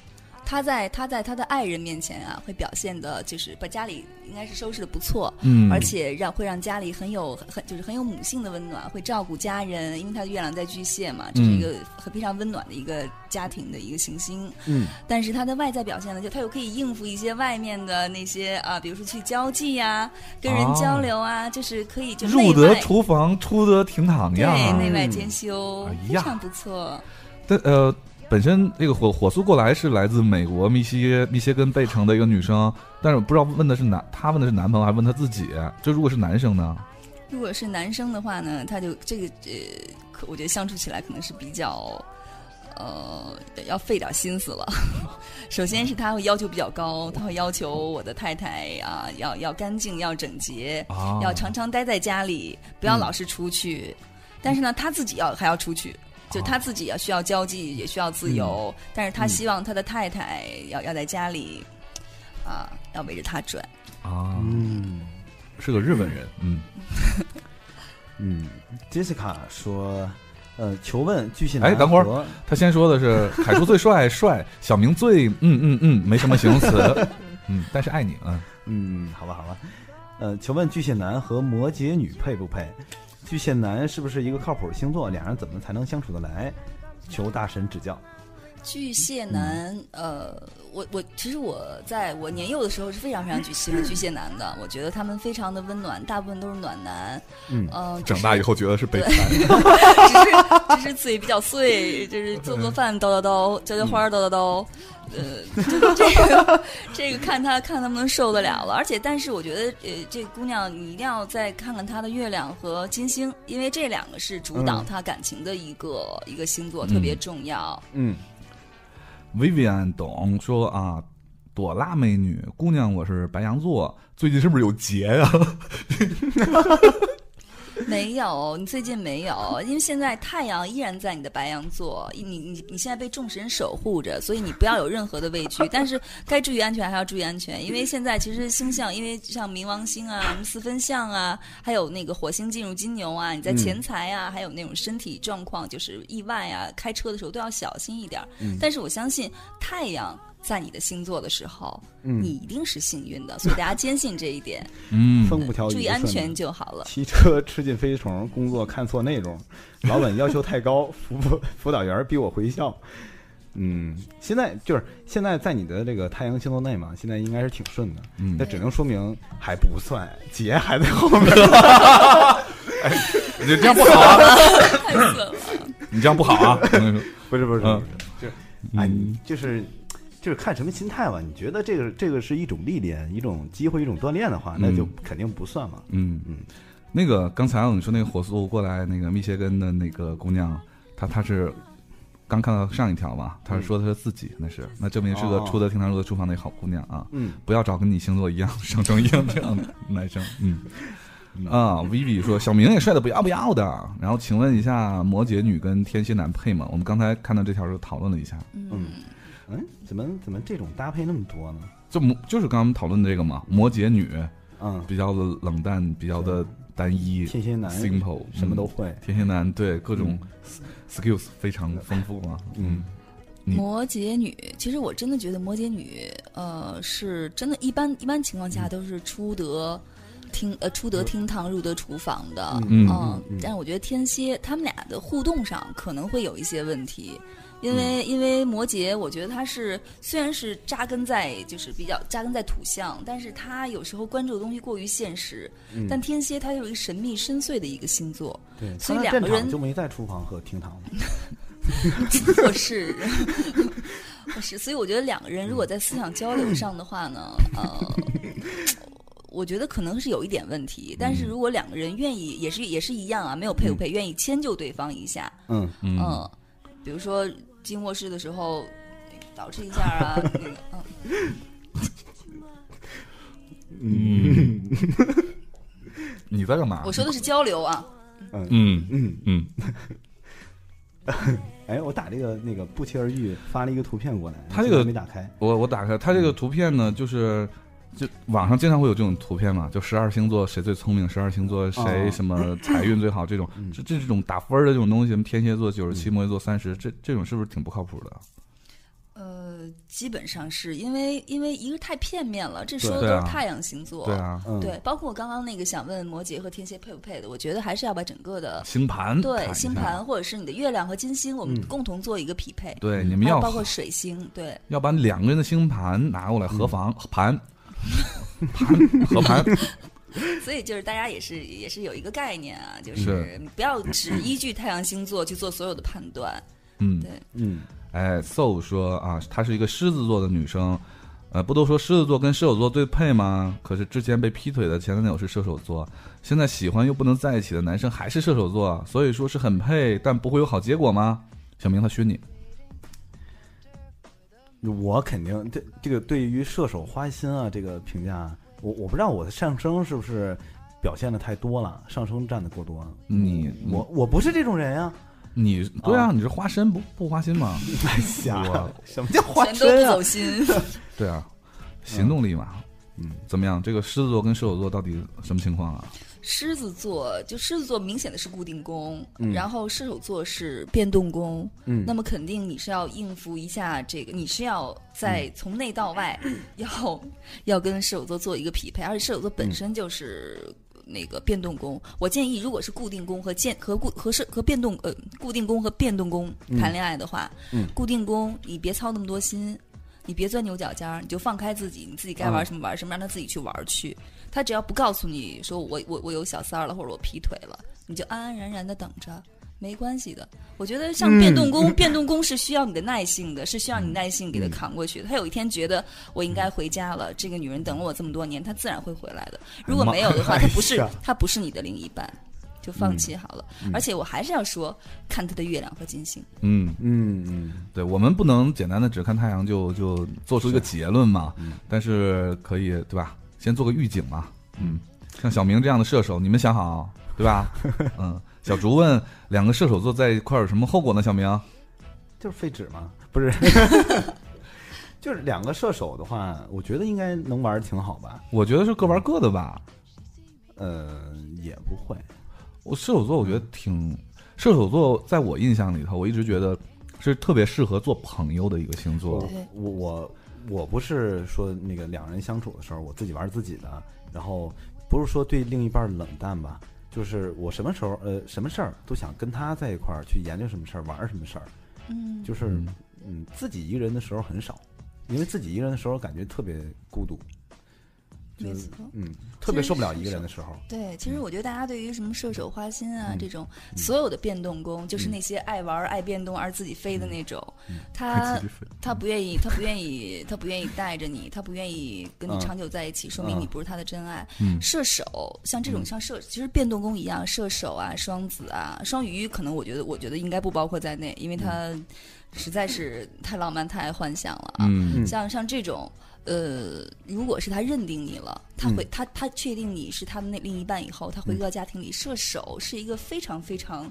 她在她在她的爱人面前啊，会表现的就是把家里应该是收拾的不错，
嗯
而且让会让家里很有很就是很有母性的温暖，会照顾家人，因为她的月亮在巨蟹嘛，这是
嗯
一个很非常温暖的一个家庭的一个行星。
嗯，
但是他的外在表现呢，就他又可以应付一些外面的那些啊，比如说去交际呀、跟人交流啊，就是可以就
入得
内外
厨房，出得厅堂啊
对
呀。
内外兼修，
哎
非
呀
常不错。
但呃，本身这个火火速过来是来自美国密歇密歇根贝城的一个女生，但是我不知道问的是男，她问的是男朋友还是问她自己？这如果是男生呢？
如果是男生的话呢，他就这个呃，可我觉得相处起来可能是比较。呃，要费点心思了。 首先是他会要求比较高，他会要求我的太太啊，要要干净，要整洁，
啊
要常常待在家里，不要老是出去。但是呢，他自己要还要出去，就他自己要需要交际，也需要自由。但是他希望他的太太要要在家里，啊，要围着他转。
啊，
嗯
是个日本人，嗯，
嗯，Jessica 说，呃，求问巨蟹
哎
男
等会儿
和
他先说的是凯叔最帅，帅，小明最嗯嗯嗯，没什么形容词，嗯，但是爱你，嗯，
嗯，好吧，好吧。呃，求问巨蟹男和摩羯女配不配？巨蟹男是不是一个靠谱的星座？俩人怎么才能相处得来？求大神指教。
巨蟹男，呃，我我其实我在我年幼的时候是非常非常巨喜欢巨蟹男的，我觉得他们非常的温暖，大部分都是暖男，
嗯
呃，
长大以后觉得是北
对
南，
只是只是嘴比较碎，就是做做饭叨叨叨，浇浇花叨叨叨，呃，这这个这个看他看他们受得了了。而且，但是我觉得，呃，这个姑娘你一定要再看看她的月亮和金星，因为这两个是主导
嗯
她感情的一个、一个星座，特别重要。
嗯
Vivian 懂说啊，朵拉美女姑娘，我是白羊座，最近是不是有啊节呀、
没有，你最近没有，因为现在太阳依然在你的白羊座，你你你现在被众神守护着，所以你不要有任何的畏惧，但是该注意安全还要注意安全，因为现在其实星象，因为像冥王星啊、什么四分相啊，还有那个火星进入金牛啊，你在钱财啊，还有那种身体状况，就是意外啊，开车的时候都要小心一点儿。但是我相信太阳。在你的星座的时候，
嗯
你一定是幸运的，所以大家坚信这一点，
嗯，
风不调雨
注意
不
安
顺
全就好了。
骑车吃进飞虫，工作看错内容，老板要求太高，辅辅辅导员逼我回校。嗯，现在就是现在在你的这个太阳星座内嘛，现在应该是挺顺的。
嗯
那只能说明还不算，劫还在后面。
你这样不好 啊！
哎
你这样不好 啊！我跟你说
不是不是不是
嗯，
就是哎，你就是就是看什么心态吧。你觉得这个这个是一种历练、一种机会、一种锻炼的话，那就肯定不算嘛。
嗯
嗯，
那个刚才我们说那个火速过来那个密歇根的那个姑娘，她她是刚看到上一条嘛，她是说的是自己，那是那证明是个
嗯哦
出得厅堂入得厨房的好姑娘啊！
嗯，
不要找跟你星座一样、 上升一样这样的 男生。嗯，啊，Vivi 说小明也帅的不要不要的。然后请问一下，摩羯女跟天蝎男配吗？我们刚才看到这条时候讨论了一下，
嗯，怎么怎么这种搭配那么多呢？
就摩就是刚刚我们讨论的这个嘛，摩羯女
嗯，
比较的冷淡，比较的单一
天蝎男
，simple，
什么都
嗯
会。
天蝎男对各种 s- skills 非常丰富啊，嗯，你
摩羯女，其实我真的
嗯
觉得摩羯女，呃，是真的，一般一般情况下都是出得厅呃出得厅堂入得厨房的，
嗯
嗯
但是我觉得天蝎他们俩的互动上可能会有一些问题。因
嗯
为因为摩羯，我觉得他是虽然是扎根在就是比较扎根在土象，但是他有时候关注的东西过于现实。
嗯
但天蝎他有一个神秘深邃的一个星座，
对，
所以
他那
两个
战场
人
就没在厨房和厅堂吗，
我是，我是，所以我觉得两个人如果在思想交流上的话呢，呃，我觉得可能是有一点问题。但
嗯
是如果两个人愿意，也是也是一样啊，没有配不配，愿意迁就对方一下，
嗯，
嗯
嗯、比如说进卧室的时候捯饬一下啊，那个， 嗯，
嗯， 你在干嘛？
我说的是交流啊，
嗯
嗯
嗯，
哎，我打这个那个不期而遇发了一个图片过来，
他这个
现在没打开，
我我打开它这个图片呢，就是就网上经常会有这种图片嘛，就十二星座谁最聪明，十二星座谁
哦
什么财运最好，这种
嗯
这这这种打分儿的这种东西，什么天蝎座九十七，摩羯座三十，这这种是不是挺不靠谱的？
呃，基本上是因为因为一个太片面了，这说的
对
都
啊
是太阳星座，
对啊，
嗯，
对，包括我刚刚那个想问摩羯和天蝎配不配的，我觉得还是要把整个的
星盘嗯看一
对
下
星盘，或者是你的月亮和金星，我们
嗯
共同做一个匹配，
对你
还
们
有
要
包括水星，对，
要把两个人的星盘拿过来合房盘盘合盘，
所以就是大家也是也是有一个概 念啊，就是是不要只依据太阳星座去做所有的判 断，
嗯
对。
嗯
哎，so 说啊，她是一个狮子座的女生，呃，不都说狮子座跟射手座最配吗？可是之前被劈腿的前男友是射手座，现在喜欢又不能在一起的男生还是射手座，所以说是很配，但不会有好结果吗？小明他虚你，
我肯定对这个对于射手花心啊这个评价，我我不知道我的上升是不是表现的太多了，上升占的过多了。
你
我我不是这种人啊！
你对啊，你是花心不不花心吗？
哎呀
我，
什么叫花
全都不
心啊
走？心，
对啊，行动力嘛。
嗯，
怎么样？这个狮子座跟射手座到底什么情况啊？
狮子座就狮子座明显的是固定宫，
嗯
然后射手座是变动宫，
嗯
那么肯定你是要应付一下这个，你是要在
嗯
从内到 外要、要跟射手座做一个匹配，而且射手座本身就是。那个变动宫，我建议，如果是固定宫和建和固和是和变动呃固定宫和变动宫谈恋爱的话，
嗯
固定宫你别操那么多心，你别钻牛角尖儿，你就放开自己，你自己该
嗯
玩什么玩什么，让他自己去玩儿去。他只要不告诉你说我我我有小三儿了，或者我劈腿了，你就安安然然的等着，没关系的。我觉得像变动宫，
嗯
变动宫是需要你的耐 性的，是需要你耐性给他扛过去的。他有一天觉得我应该回家了，这个女人等了我这么多年，她自然会回来的。如果没有的话，她不是
哎哎呀
她不是你的另一半，就放弃好了。
嗯
而且我还是要说，看他的月亮和金星。
嗯，
嗯嗯，
对，我们不能简单的只看太阳就就做出一个结论嘛，
嗯
但是可以对吧？先做个预警嘛，嗯，像小明这样的射手，你们想好对吧？嗯，小竹问两个射手座在一块儿有什么后果呢？小明，
就是废纸嘛，不 是？就是两个射手的话，我觉得应该能玩的挺好吧？
我觉得是各玩各的吧。
呃，也不会，
我射手座我觉得挺，射手座在我印象里头，我一直觉得是特别适合做朋友的一个星座
我。我我我不是说那个两人相处的时候，我自己玩自己的，然后不是说对另一半冷淡吧，就是我什么时候呃什么事儿都想跟他在一块儿去研究什么事儿，玩什么事儿，
嗯，
就是
嗯
嗯自己一个人的时候很少，因为自己一个人的时候感觉特别孤独，
没
就是
错。
嗯特别受不了一个人的时候，
对，其实我觉得大家对于什么射手花心啊、
嗯
这种，所有的变动宫，就是那些爱玩、爱变动而自己飞的
嗯
那种，他他不愿意，他不愿意，他不愿意带着你，他不愿意跟你
嗯
长久在一起，说明
嗯
你不是他的真爱。
嗯
射手像这种像射，其实变动宫一样，射手啊、双子啊、双鱼，可能我觉得我觉得应该不包括在内，
嗯
因为他实在是太浪漫、太爱幻想了啊。
嗯
嗯
像像这种，呃，如果是他认定你了，他
嗯
回、他他确定你是他的那另一半以后，他回归到家庭里，射手是一个非常非常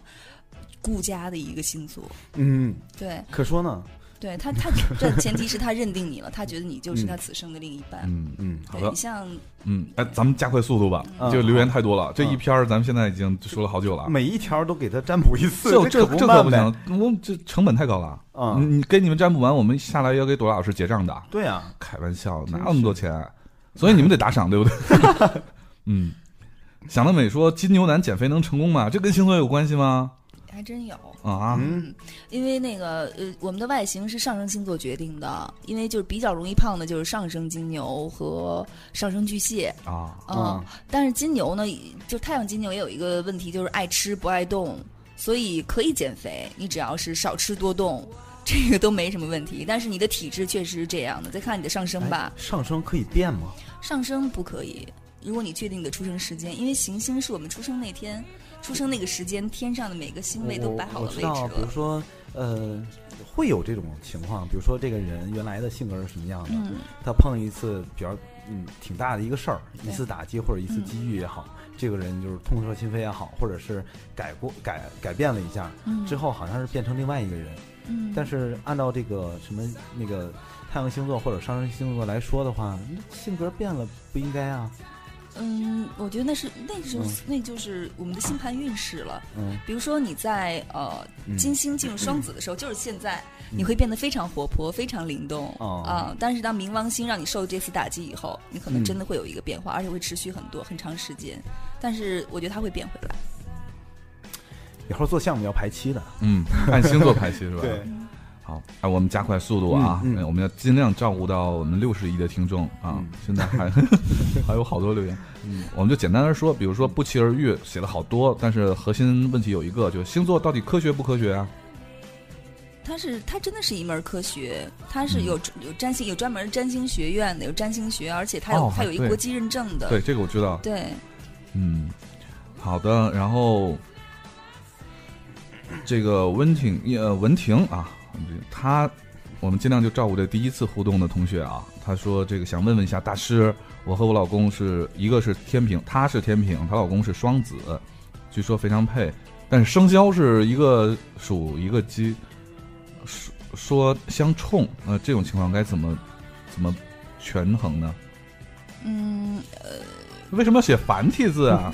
顾家的一个星座，
嗯，
对
可说呢，
对，他他这前提是他认定你了，他觉得你就是他此生的另一半。
嗯
嗯，
好
对
的
你像
嗯，哎，咱们加快速度吧，
嗯
就留言太多了，这一篇儿咱们现在已经说了好久了。
每一条都给他占卜一次，
这
这
啊这
可
这可
慢
不
呗，
行，嗯我这成本太高了。
啊
你你给你们占卜完，我们下来要给朵老师结账的。
对啊，
开玩笑，哪有那么多钱？所以你们得打赏，对不对？嗯， 想得美说金牛男减肥能成功吗？这跟星座有关系吗？
还真有。
啊，
嗯，
因为那个呃，我们的外形是上升星座决定的，因为就是比较容易胖的就是上升金牛和上升巨蟹，
啊，
嗯，
啊
但是金牛呢，就太阳金牛也有一个问题，就是爱吃不爱动，所以可以减肥，你只要是少吃多动，这个都没什么问题。但是你的体质确实是这样的，再看你的上升吧
哎，上升可以变吗？
上升不可以。如果你确定你的出生时间，因为行星是我们出生那天、出生那个时间，天上的每个星位都摆好
我
了
我
位
知
置
道，
了。
比如说，呃，会有这种情况，比如说这个人原来的性格是什么样的，
嗯
他碰一次比较嗯挺大的一个事儿，一
对
次打击或者一次
嗯
机遇也好，这个人就是痛彻心扉也好，或者是改过改改变了一下，
嗯，
之后好像是变成另外一个人。
嗯，
但是按照这个什么那个太阳星座或者上升星座来说的话，性格变了不应该啊，
嗯，我觉得那是那时候、
嗯
那就是我们的星盘运势了。
嗯，
比如说你在呃
嗯
金星进入双子的时候，就是现在，你
嗯
会变得非常活泼，非常灵动啊、
哦
但是当冥王星让你受这次打击以后，你可能
嗯
真的会有一个变化，而且会持续很多很长时间。但是我觉得它会变回来。
以后做项目要排期的，
嗯，按星座排期是吧？
对，
嗯
好，哎，我们加快速度啊，
嗯嗯
哎我们要尽量照顾到我们六十亿的听众啊。
嗯
现在 还还有好多留言，嗯，我们就简单的说，比如说不期而遇写了好多，但是核心问题有一个，就是星座到底科学不科学啊？
它是它真的是一门科学，它是
嗯
有、有占星有专门占星学院的，有占星学，而且它有、
哦
它有一
对
国际认证的。
对，这个我知道。
对
嗯，好的，然后这个温婷呃文婷啊，她我们尽量就照顾这第一次互动的同学啊。她说这个想问问一下大师，我和我老公是一个是天平，她是天平，她老公是双子，据说非常配，但是生肖是一个属一个鸡，说说相冲，呃，这种情况该怎么怎么权衡呢？
嗯，
为什么要写繁体字啊？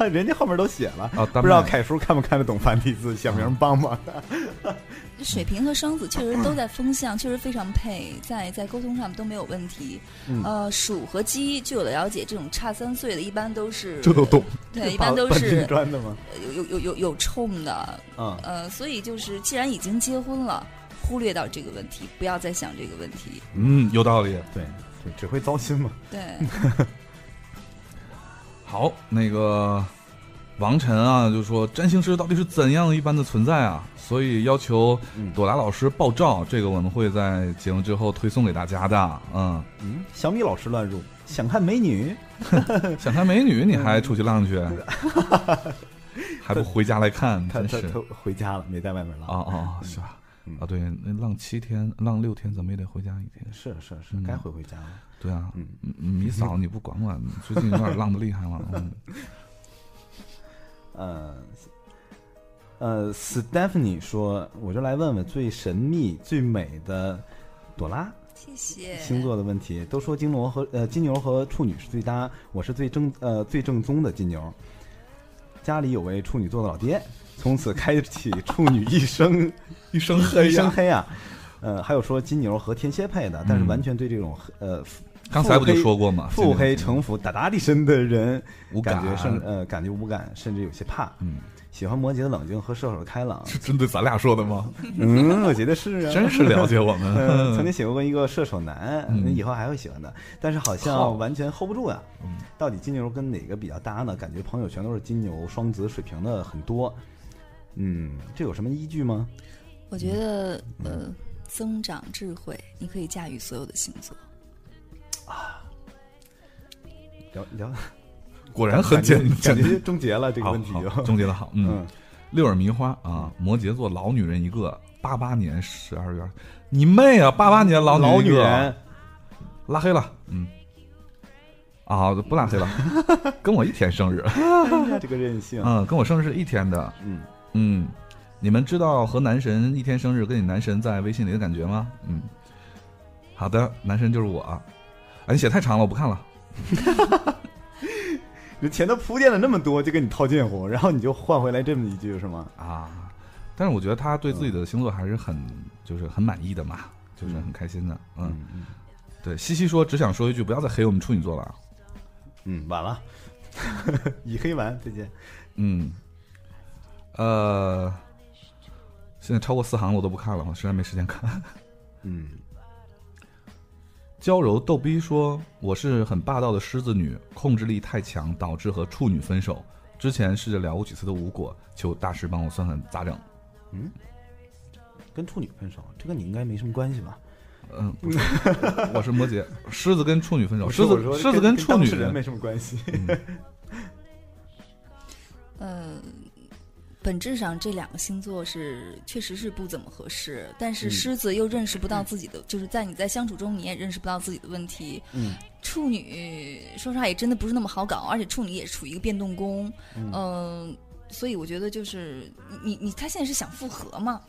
人家后面都写了。
啊，丹
不知道
麦
凯叔看不看得懂繁体字，小明帮帮。
水瓶和双子确实
嗯
都在风向，确实非常配，在在沟通上都没有问题。
嗯
呃，鼠和鸡，据我的了解，这种差三岁的，一般都是
这都懂，
对，一般都
搬搬金
是
砖的吗？
有有有有有冲的，
啊，
呃，所以就是既然已经结婚了，忽略到这个问题，不要再想这个问题。
嗯，有道理。
对，只只会糟心嘛。
对，
好，那个王晨啊，就说占星师到底是怎样一般的存在啊？所以要求
嗯
朵拉老师爆照，这个我们会在节目之后推送给大家的。嗯，
嗯，小米老师乱入，想看美女，嗯
想看美女你还出去浪去， 还不回家来 看，
他
真
他
是
他回家了，没在外面了
啊。啊是吧
嗯？
啊，对，那浪七天，浪六天，怎么也得回家一天。
是是是
嗯，
该回回家了。
对啊，
嗯
嗯，米嫂，你不管管，你最近有点浪的厉害了。嗯，
呃，呃，Stephanie 说，我就来问问最神秘、最美的朵拉
谢谢。
星座的问题。都说金牛和呃金牛和处女是最搭，我是最正呃最正宗的金牛。家里有位处女座的老爹，从此开启处女一 生
一身
一生黑啊。呃，还有说金牛和天蝎配的，但是
嗯
完全对这种呃腹
刚才不就
腹黑
说过吗？
腹黑城府达达利身的人，
无
感觉甚
感
呃感觉无感，甚至有些怕。
嗯，
喜欢摩羯的冷静和射手的 开朗。
是针对咱俩说的吗？
嗯，我觉得是啊。
真是了解我
嗯，
们。
曾经喜欢过一个射手男，
嗯
以后还会喜欢的，但是好
好
像完全 hold 不住呀、
嗯
到底金牛跟哪个比较搭呢？感觉朋友全都是金牛、双子、水瓶的很多。嗯，这有什么依据吗？
我觉得呃，增长智慧，你可以驾驭所有的星座。
聊 聊，
果然很简
感
简单
觉感觉终结了这个
好
问题
好
就。
终结的好。嗯
嗯，，
六耳迷花啊，摩羯座老女人一个，八八年十二月，你妹啊！八八年老
老
女
女
一个
人，
拉黑了，嗯，啊，不拉黑 了，跟我一天生日，
哎呀这个任性。
嗯，跟我生日是一天的，
嗯，
嗯，你们知道和男神一天生日跟你男神在微信里的感觉吗？嗯，好的，男神就是我啊，哎，你写太长了，我不看了。
你前头铺垫了那么多，就跟你套近乎，然后你就换回来这么一句是吗？
啊，但是我觉得他对自己的星座还是很就是很满意的嘛，就是很开心的。嗯，
嗯
对，西西说只想说一句，不要再黑我们处女座了啊。
嗯，晚了， 以黑完，再见。
嗯，呃，现在超过四行了我都不看了，我实在没时间看。
嗯，
娇柔逗逼说：“我是很霸道的狮子女，控制力太强，导致和处女分手。之前试着聊过几次都无果，求大师帮我算算咋整。
跟处女分手，这跟你应该没什么关系吧？”
嗯，不是， 我是摩羯，狮子跟处女分手，
我
狮
说
子
我说
狮子跟处
当
女嗯
事人没什么关系。
呃，本质上这两个星座是确实是不怎么合适，但是狮子又认识不到自己的，就是在你在相处中你也认识不到自己的问题。
嗯，
处女说实话也真的不是那么好搞，而且处女也处于一个变动宫，嗯、所以我觉得就是你你你他现在是想复合吗？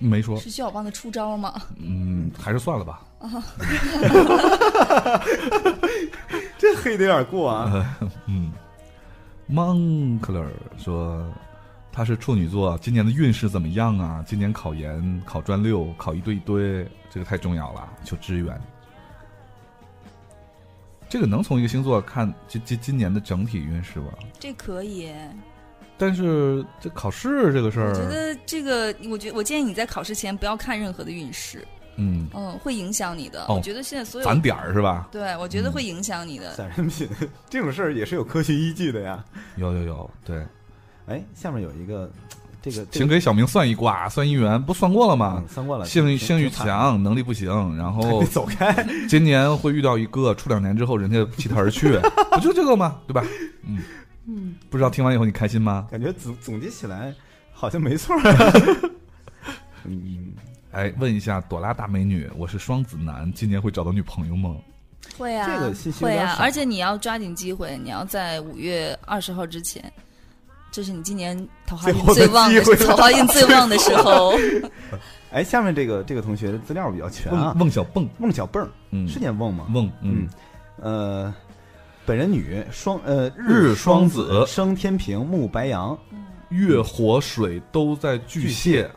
没说，
是需要我帮他出招吗？
嗯，还是算了吧。
这黑的有点过啊。
嗯，Moncler 说他是处女座，今年的运势怎么样啊？今年考研、考专六、考一堆一堆，这个太重要了，求支援。这个能从一个星座看今今今年的整体运势吧？
这可以，
但是这考试这个事
我觉
儿，
得这个，我觉我建议你在考试前不要看任何的运势，
嗯，
嗯，会影响你的。
哦
我觉得现在所有
攒点儿是吧？
对，我
嗯
觉得会影响你的。
散人品这种事儿也是有科学依据的呀。
有有有，对，
哎，下面有一个这个这
请
个
给小明算一卦，算姻缘，不算过了吗
嗯，？算过了，
性
挺
性欲，
挺
强，能力不行，然
惨
后
你走开。
今年会遇到一个，处两年之后人家弃他而 去，不就这个吗？对吧？嗯，不知道听完以后你开心吗？
感觉总总结起来好像没错儿。 嗯，
哎，问一下朵拉大美女，我是双子男，今年会找到女朋友吗？
会啊，
这个信息有
会
点
啊，
少
而且你要抓紧机会，你要在五月二十号之前，这是你今年桃花运最旺
最后的
的
机会
桃花运最旺的时候。
哎，下面这个这个同学的资料比较全啊
孟。孟小蹦，
孟小蹦儿
嗯，
是念孟吗？
孟，
嗯
嗯，，
呃，本人女，双呃
日双子
子，生天平，木白羊。
月火水都在巨蟹，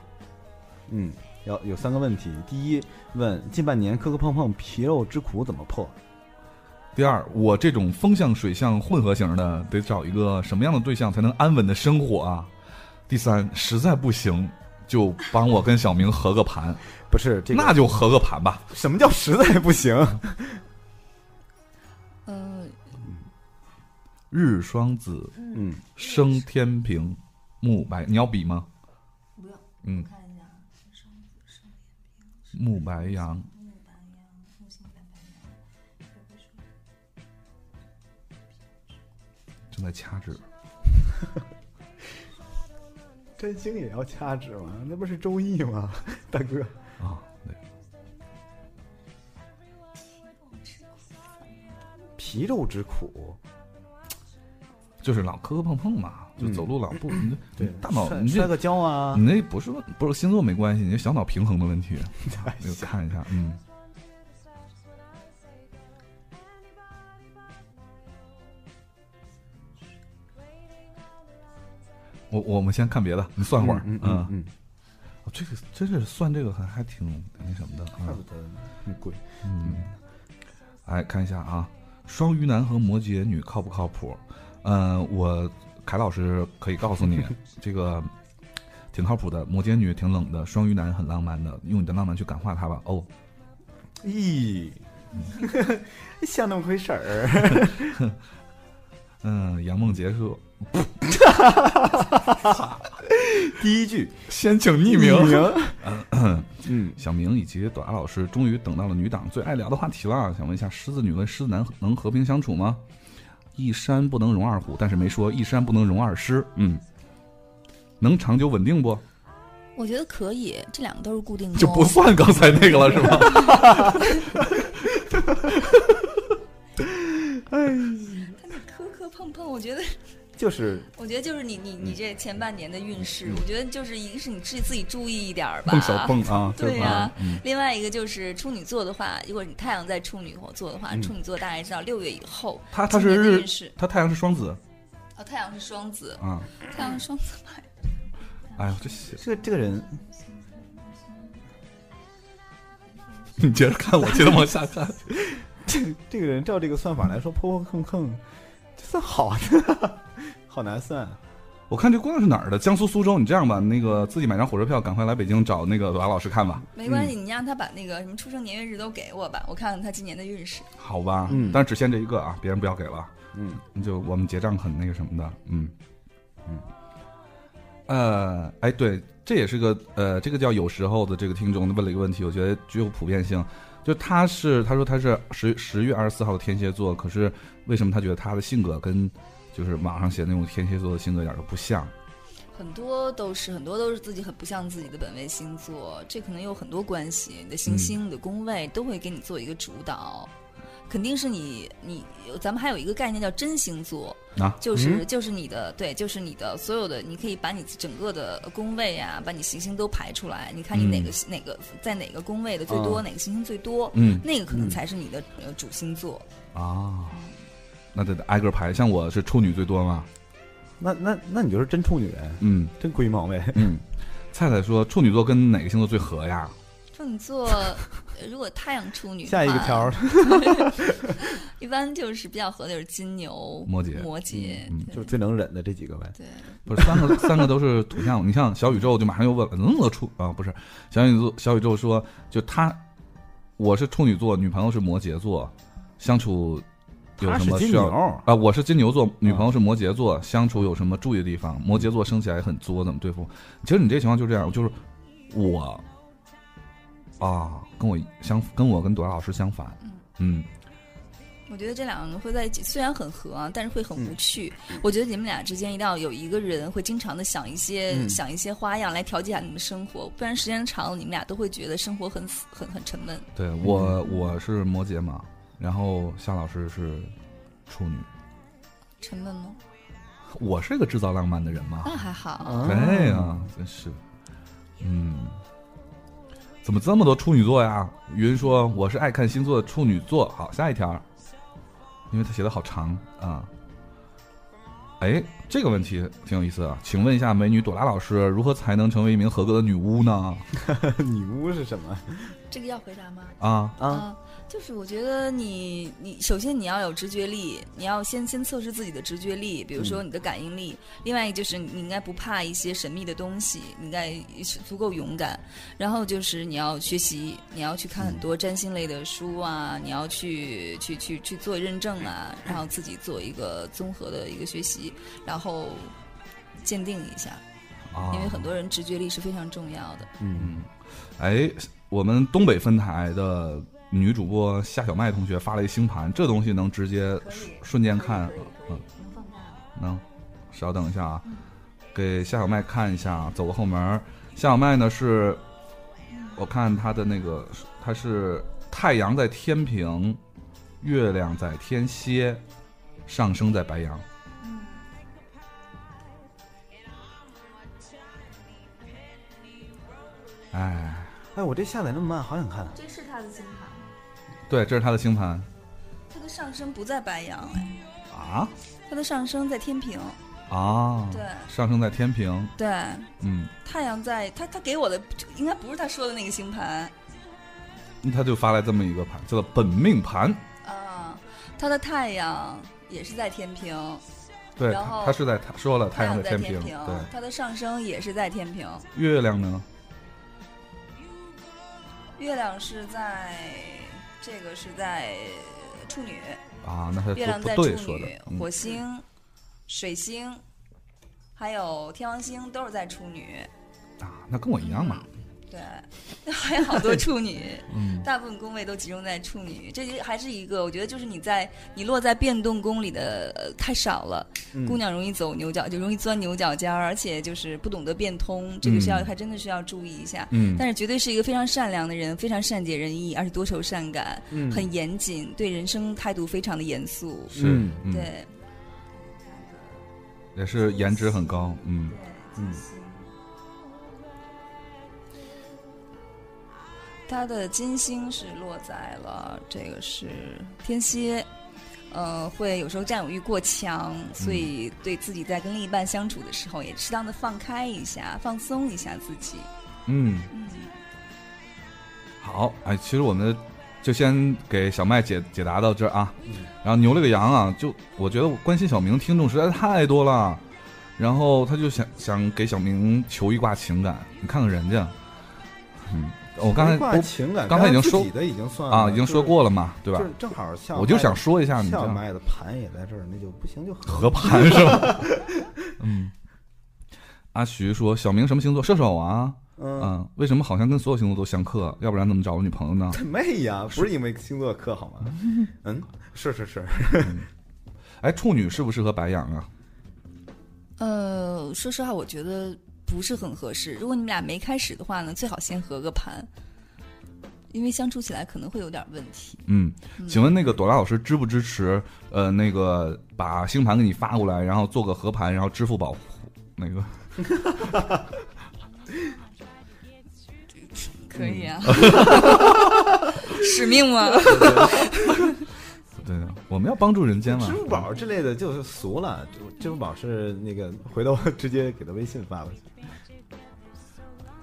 嗯，要有三个问题。第一，问近半年磕磕碰碰皮肉之苦怎么破？
第二，我这种风象水象混合型的，得找一个什么样的对象才能安稳的生活啊？第三，实在不行，就帮我跟小明合个 盘，
不是这个，
那就合个盘吧。
什么叫实在不 行？
嗯，
日双子
嗯，
生天平，木白，你要比吗？
不要，
嗯，
看一下，
木白羊，正在掐指。
占星也要掐指吗？那不是周易吗？大哥，
啊，对，
皮肉之苦，
就是老磕磕碰碰嘛，就
嗯
走路老不，你这你大脑
摔
你
摔
这嗯
个跤啊
你，那不是问不是星座没关系，你这小脑平衡的问题，
哎
就看一下，嗯。我我们先看别的，你算会儿，
嗯嗯嗯，
哦这个真是算这个还还挺那什么的
怪
啊
不。得很贵。
嗯，哎，看一下啊，双鱼男和摩羯女靠不靠谱？嗯、我凯老师可以告诉 你，这个挺靠谱的。摩羯女挺冷的，双鱼男很浪漫的，用你的浪漫去感化他吧。哦，
咦， 像那么回事儿。
嗯，杨梦结束，
第一句
先请 匿
匿名， 嗯，
小明以及朵拉老师终于等到了女党最爱聊的话题了，想问一下，狮子女跟狮子男能和平相处吗？一山不能容二虎，但是没说一山不能容二狮，嗯，能长久稳定不？
我觉得可以，这两个都是固定哦
就
宫
不算刚才那个了，是吗？
磕磕碰碰，我觉得，
就是
我觉得就是你你
嗯
你这前半年的运势，我觉得就是一个是你自己自己注意一点儿吧。
蹦小蹦啊，
对呀、
呀， 嗯
另外一个就是处女座的话，如果你太阳在处女座的话，
嗯
处女座大家知道六月以后，
他他是
今啊年的
日
运势，
他太阳是双子
哦，太阳是双子，
啊，
太阳是双子吧？
哎呦，这写
这个这个人，
你接着看，我接着往下看，
这个人照这个算法来说，破破坑坑，这算好的， 好难算。啊
我看这姑娘是哪儿的？江苏苏州。你这样吧，那个自己买张火车票，赶快来北京找那个瓦老师看吧，
没关系，你让他把那个什么出生年月日都给我吧，我看看他今年的运势。
好吧？
嗯
但是只限这一个啊，别人不要给了。
嗯，
就我们结账很那个什么的，嗯
嗯，
呃，哎，对，这也是个呃，这个叫有时候的这个听众问了一个问题，我觉得具有普遍性。就他是他说他是十十月二十四号的天蝎座，可是为什么他觉得他的性格跟就是网上写的那种天蝎座的性格一点都不像？
很多都是很多都是自己很不像自己的本位星座，这可能有很多关系。你的行星、你的宫位都会给你做一个主导，肯定是你你咱们还有一个概念叫真星座，
啊
就是、就是你的对，就是你的所有的，你可以把你整个的宫位啊，把你行星都排出来，你看你哪个、哪个在哪个宫位的最多，
啊
哪个行星最多，
嗯
那个可能才是你的呃主星座。
啊，那得得挨个排。像我是处女最多嘛，
那那那你就是真处女人，
嗯
真龟毛 呗。
嗯。菜菜说处女座跟哪个星座最合呀？
处女座，呃如果太阳处女，
下一个条儿，
啊一般就是比较合的就是金牛、
摩羯
摩羯，
嗯
就是最能忍的这几个呗。
对，
不是三个， 三个都是土象。你像小宇宙就马上又问了，能不能处啊？不是小宇宙，小宇宙说就他，我是处女座，女朋友是摩羯座，相处有
他
什
是
么
金
需要？
牛，啊
啊，我是金牛座，女朋友是摩羯座，相处有什么注意的地方？摩羯座生起来很作，怎么对付？其实你这情况就这样，就是我啊，跟我相跟我跟朵拉老师相反，嗯，
我觉得这两个人会在一起，虽然很合啊，但是会很
嗯
无趣。我觉得你们俩之间一定要有一个人会经常的想一些、
嗯
想一些花样来调剂一下你们生活，不然时间长了，你们俩都会觉得生活很死很很沉闷。
对我我是摩羯嘛，然后夏老师是处女。
沉闷吗？
我是一个制造浪漫的人嘛
那，还好，
嗯
对哎呀、 真是，嗯，怎么这么多处女座呀？云说我是爱看星座的处女座。好，下一条，因为他写的好长啊。哎，这个问题挺有意思啊，请问一下美女朵拉老师，如何才能成为一名合格的女巫呢？
女巫是什么
这个要回答吗？
啊，
啊？
啊，就是我觉得你你首先你要有直觉力，你要先先测试自己的直觉力，比如
嗯
说你的感应力。另外一个就是你应该不怕一些神秘的东西，你应该是足够勇敢。然后就是你要学习，你要去看
嗯
很多占星类的书啊，你要去去去去做认证啊，然后自己做一个综合的一个学习，然后鉴定一下，
啊
因为很多人直觉力是非常重要的。
嗯，
哎，我们东北分台的女主播夏小麦同学发了一星盘，这东西能直接瞬瞬间看，嗯，能，稍等一下啊，给夏小麦看一下，啊走个后门儿。夏小麦呢是，我看她的那个，她是太阳在天平，月亮在天蝎，上升在白羊。哎，
哎，我这下载那么慢，好想看啊。
这是他的星盘，
对，这是她的星盘
他的上升不在白羊哎。
啊
它的上升在天平，
啊，
对
上升在天平，
对，
嗯，
太阳在他他给我的应该不是他说的那个星盘
他就发来这么一个盘，叫做本命盘。
啊，他的太阳也是在天平，
对，
然
他
后
他是在他说了太阳
在
天
天
平，对，
他的上升也是在天平，
月亮呢？
月亮是在这个是在处女，
啊，那他
月亮
说
在
不
处
对说
女
的，，嗯
火星、水星，还有天王星都是在处女，嗯
啊，那跟我一样嘛。
对， 还有好多处女，
嗯
大部分宫位都集中在处女，这就还是一个，我觉得就是你在你落在变动宫里的、呃、太少了，
嗯
姑娘容易走牛角，就容易钻牛角尖儿，而且就是不懂得变通，这个是要、
嗯
还真的是要注意一下。
嗯
但是绝对是一个非常善良的人，非常善解人意，而且多愁善感，
嗯
很严谨，对人生态度非常的严肃。
是，
嗯
嗯，
对，
也是颜值很高，嗯，
嗯
他的金星是落在了这个是天蝎，呃，会有时候占有欲过强，所
嗯
以对自己在跟另一半相处的时候，也适当的放开一下，放松一下自己。
嗯，
嗯，
好，哎，其实我们的就先给小麦解解答到这儿啊。然后牛了个羊啊，就我觉得我关心小明听众实在太多了，然后他就想想给小明求一卦情感，你看看人家，嗯，我刚才
挂情感，
刚才已经
自
说
己的已经算了
啊已经说，过了嘛，对
就
吧
是就？是正好像
我就想说一下
下
你这
下
样
麦的盘也在这儿，那就不行就
合盘是吧？ 嗯，阿徐说小明什么星座？射手啊，
嗯，
嗯，为什么好像跟所有星座都相克？啊要不然怎么找个女朋友呢？
他妹呀，不是因为星座课好 吗？嗯，是是是，
哎，处女适不适合白羊啊？
呃，说实话，我觉得不是很合适。如果你们俩没开始的话呢，最好先合个盘，因为相处起来可能会有点问题。
嗯，请问那个朵拉老师支不支持？呃，那个把星盘给你发过来，然后做个合盘，然后支付宝那个
可 以啊，使命吗？
对的，我们要帮助人间啊嘛。
支付宝之类的就是俗了，就支付宝是那个，回头我直接给他微信发过去。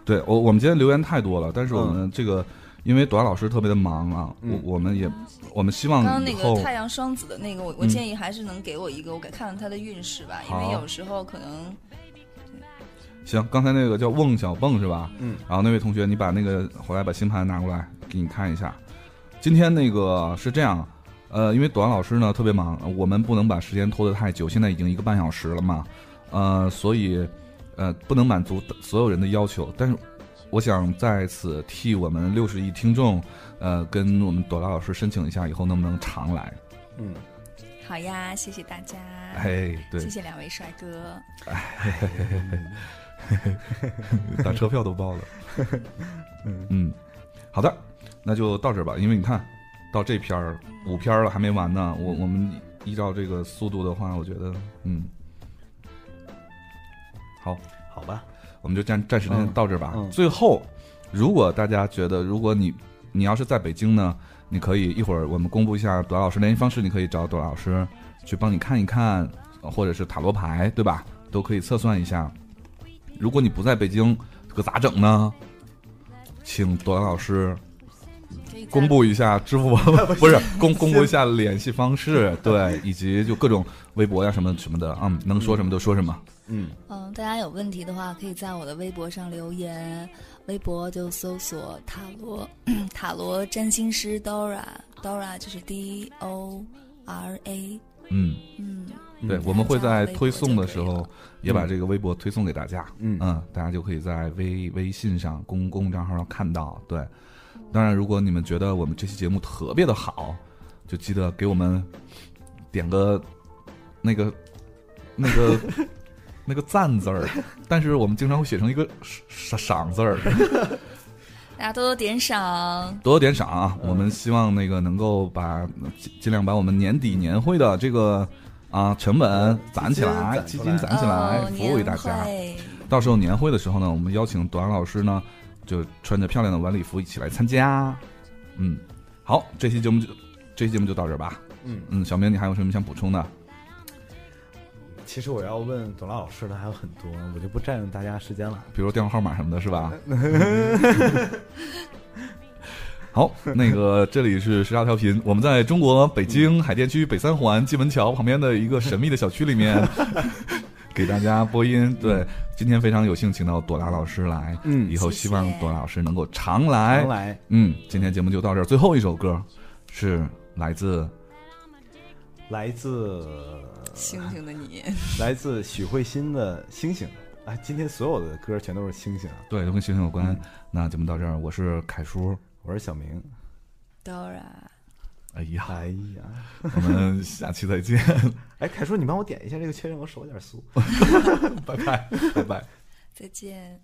对我，我们今天留言太多了，但是我们这个，因为朵拉老师特别的忙啊，
嗯
我我们也我们希望
刚刚
嗯以
那
后
个太阳双子的那个，我我
嗯
建议还是能给我一个，我给看看他的运势吧，因
好
为有时候可能
行，刚才那个叫孟小蹦是吧？
嗯，
然后那位同学，你把那个回来把星盘拿过来给你看一下。今天那个是这样，呃，因为短老师呢特别忙，我们不能把时间拖得太久，现在已经一个半小时了嘛，呃，所以呃不能满足所有人的要求，但是我想在此替我们六十亿听众，呃，跟我们朵拉老师申请一下，以后能不能常来？
嗯，
好呀，谢谢大家，
哎，对
谢，谢两位帅哥，
打车票都包了。嗯，好的，那就到这儿吧，因为你看到这篇儿五篇儿了还没完呢，我我们依照这个速度的话，我觉得嗯，好，
好吧，
我们就暂暂时先
嗯
到这儿吧。
嗯
最后，如果大家觉得，如果你你要是在北京呢，你可以一会儿我们公布一下朵拉老师联系方式，你可以找朵拉老师去帮你看一看，呃或者是塔罗牌，对吧？都可以测算一下。如果你不在北京，可咋整呢？请朵拉老师
可以在
公布一下支 付宝，不是公公布一下联系方式，对，以及就各种微博呀、什么什么的，嗯，能说什么就说什么。
嗯，
嗯，大家有问题的话，可以在我的微博上留言，微博就搜索塔罗 塔罗占星师 Dora Dora 就是 D O R A，
嗯，
嗯，
对
嗯，
我们会在推送的时
这样微博
候
就可
也把这个微博推送给大家。
嗯
大家就可以在微微信上公公众账号上看到。对，当然，如果你们觉得我们这期节目特别的好，就记得给我们点个那个那个 那个赞字儿，但是我们经常会写成一个赏赏字儿，
大家多多点赏，
多多点赏啊！
嗯
我们希望那个能够把尽尽量把我们年底年会的这个啊成本攒起来，基
嗯基金
金
攒
攒
出来
起来
哦，
哎服务于大
年
家。
会
到时候年会的时候呢，我们邀请朵拉老师呢，就穿着漂亮的晚礼服一起来参加。嗯，好，这期节目就这期节目就到这儿吧。
嗯
嗯，小明，你还有什么想补充的？
其实我要问董拉老师的还有很多，我就不占用大家时间了。
比如电话号码什么的，是吧？嗯好，那个这里是时差调频，我们在中国北京海淀区北三环金门桥旁边的一个神秘的小区里面， 给大家播音。对，今天非常有幸请到朵拉老师来，
嗯哎
以后希望
谢谢
朵拉老师能够常
常
来。
来，
嗯，今天节目就到这儿，最后一首歌是来自
来自
星星的你，
来自许慧欣的《星星》。哎，今天所有的歌全都是《星星》啊。
对都跟星星有关。
嗯
那节目到这儿，我是凯叔。
我是小明。
Dora，
哎呀，
哎呀，
我们下期再见，
哎，凯叔，你帮我点一下这个，确认我手有点酥。
拜拜，拜拜。
再见。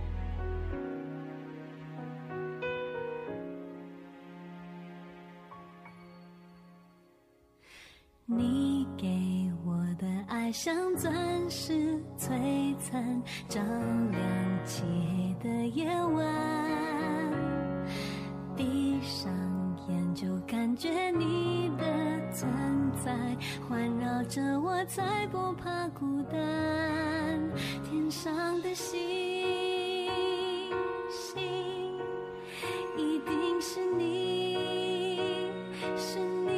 我
你给我的爱像钻石璀璨，照亮漆黑的夜晚。闭上眼就感觉你的存在，环绕着我，才不怕孤单。天上的星星，一定是你，是你。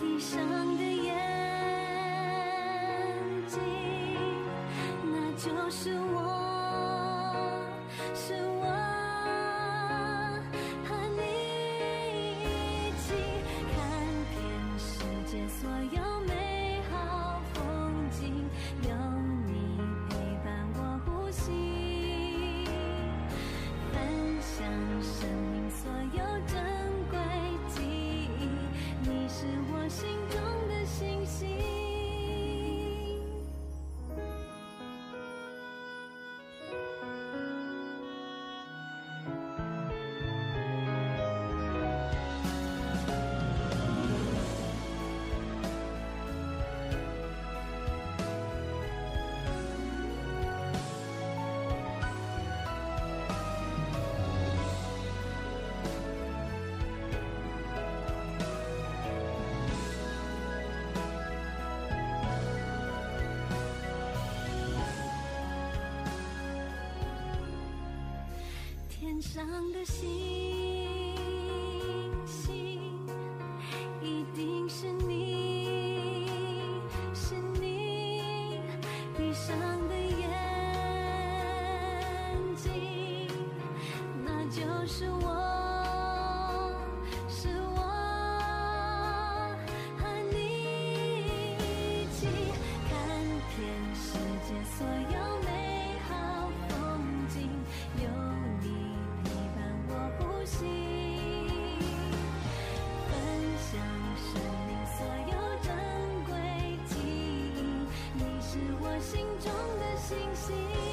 地上的眼睛，那就是我，是我。和你一起看遍世界所有美好风景，有你陪伴我呼吸，分享生命所有珍贵记忆。你是我心中的星星。天上的星星，一定是你，是你。闭上的眼睛，那就是我，是我和你一起看遍世界所有美好风景，有你陪伴我呼吸，分享生命所有珍贵记忆，你是我心中的星星。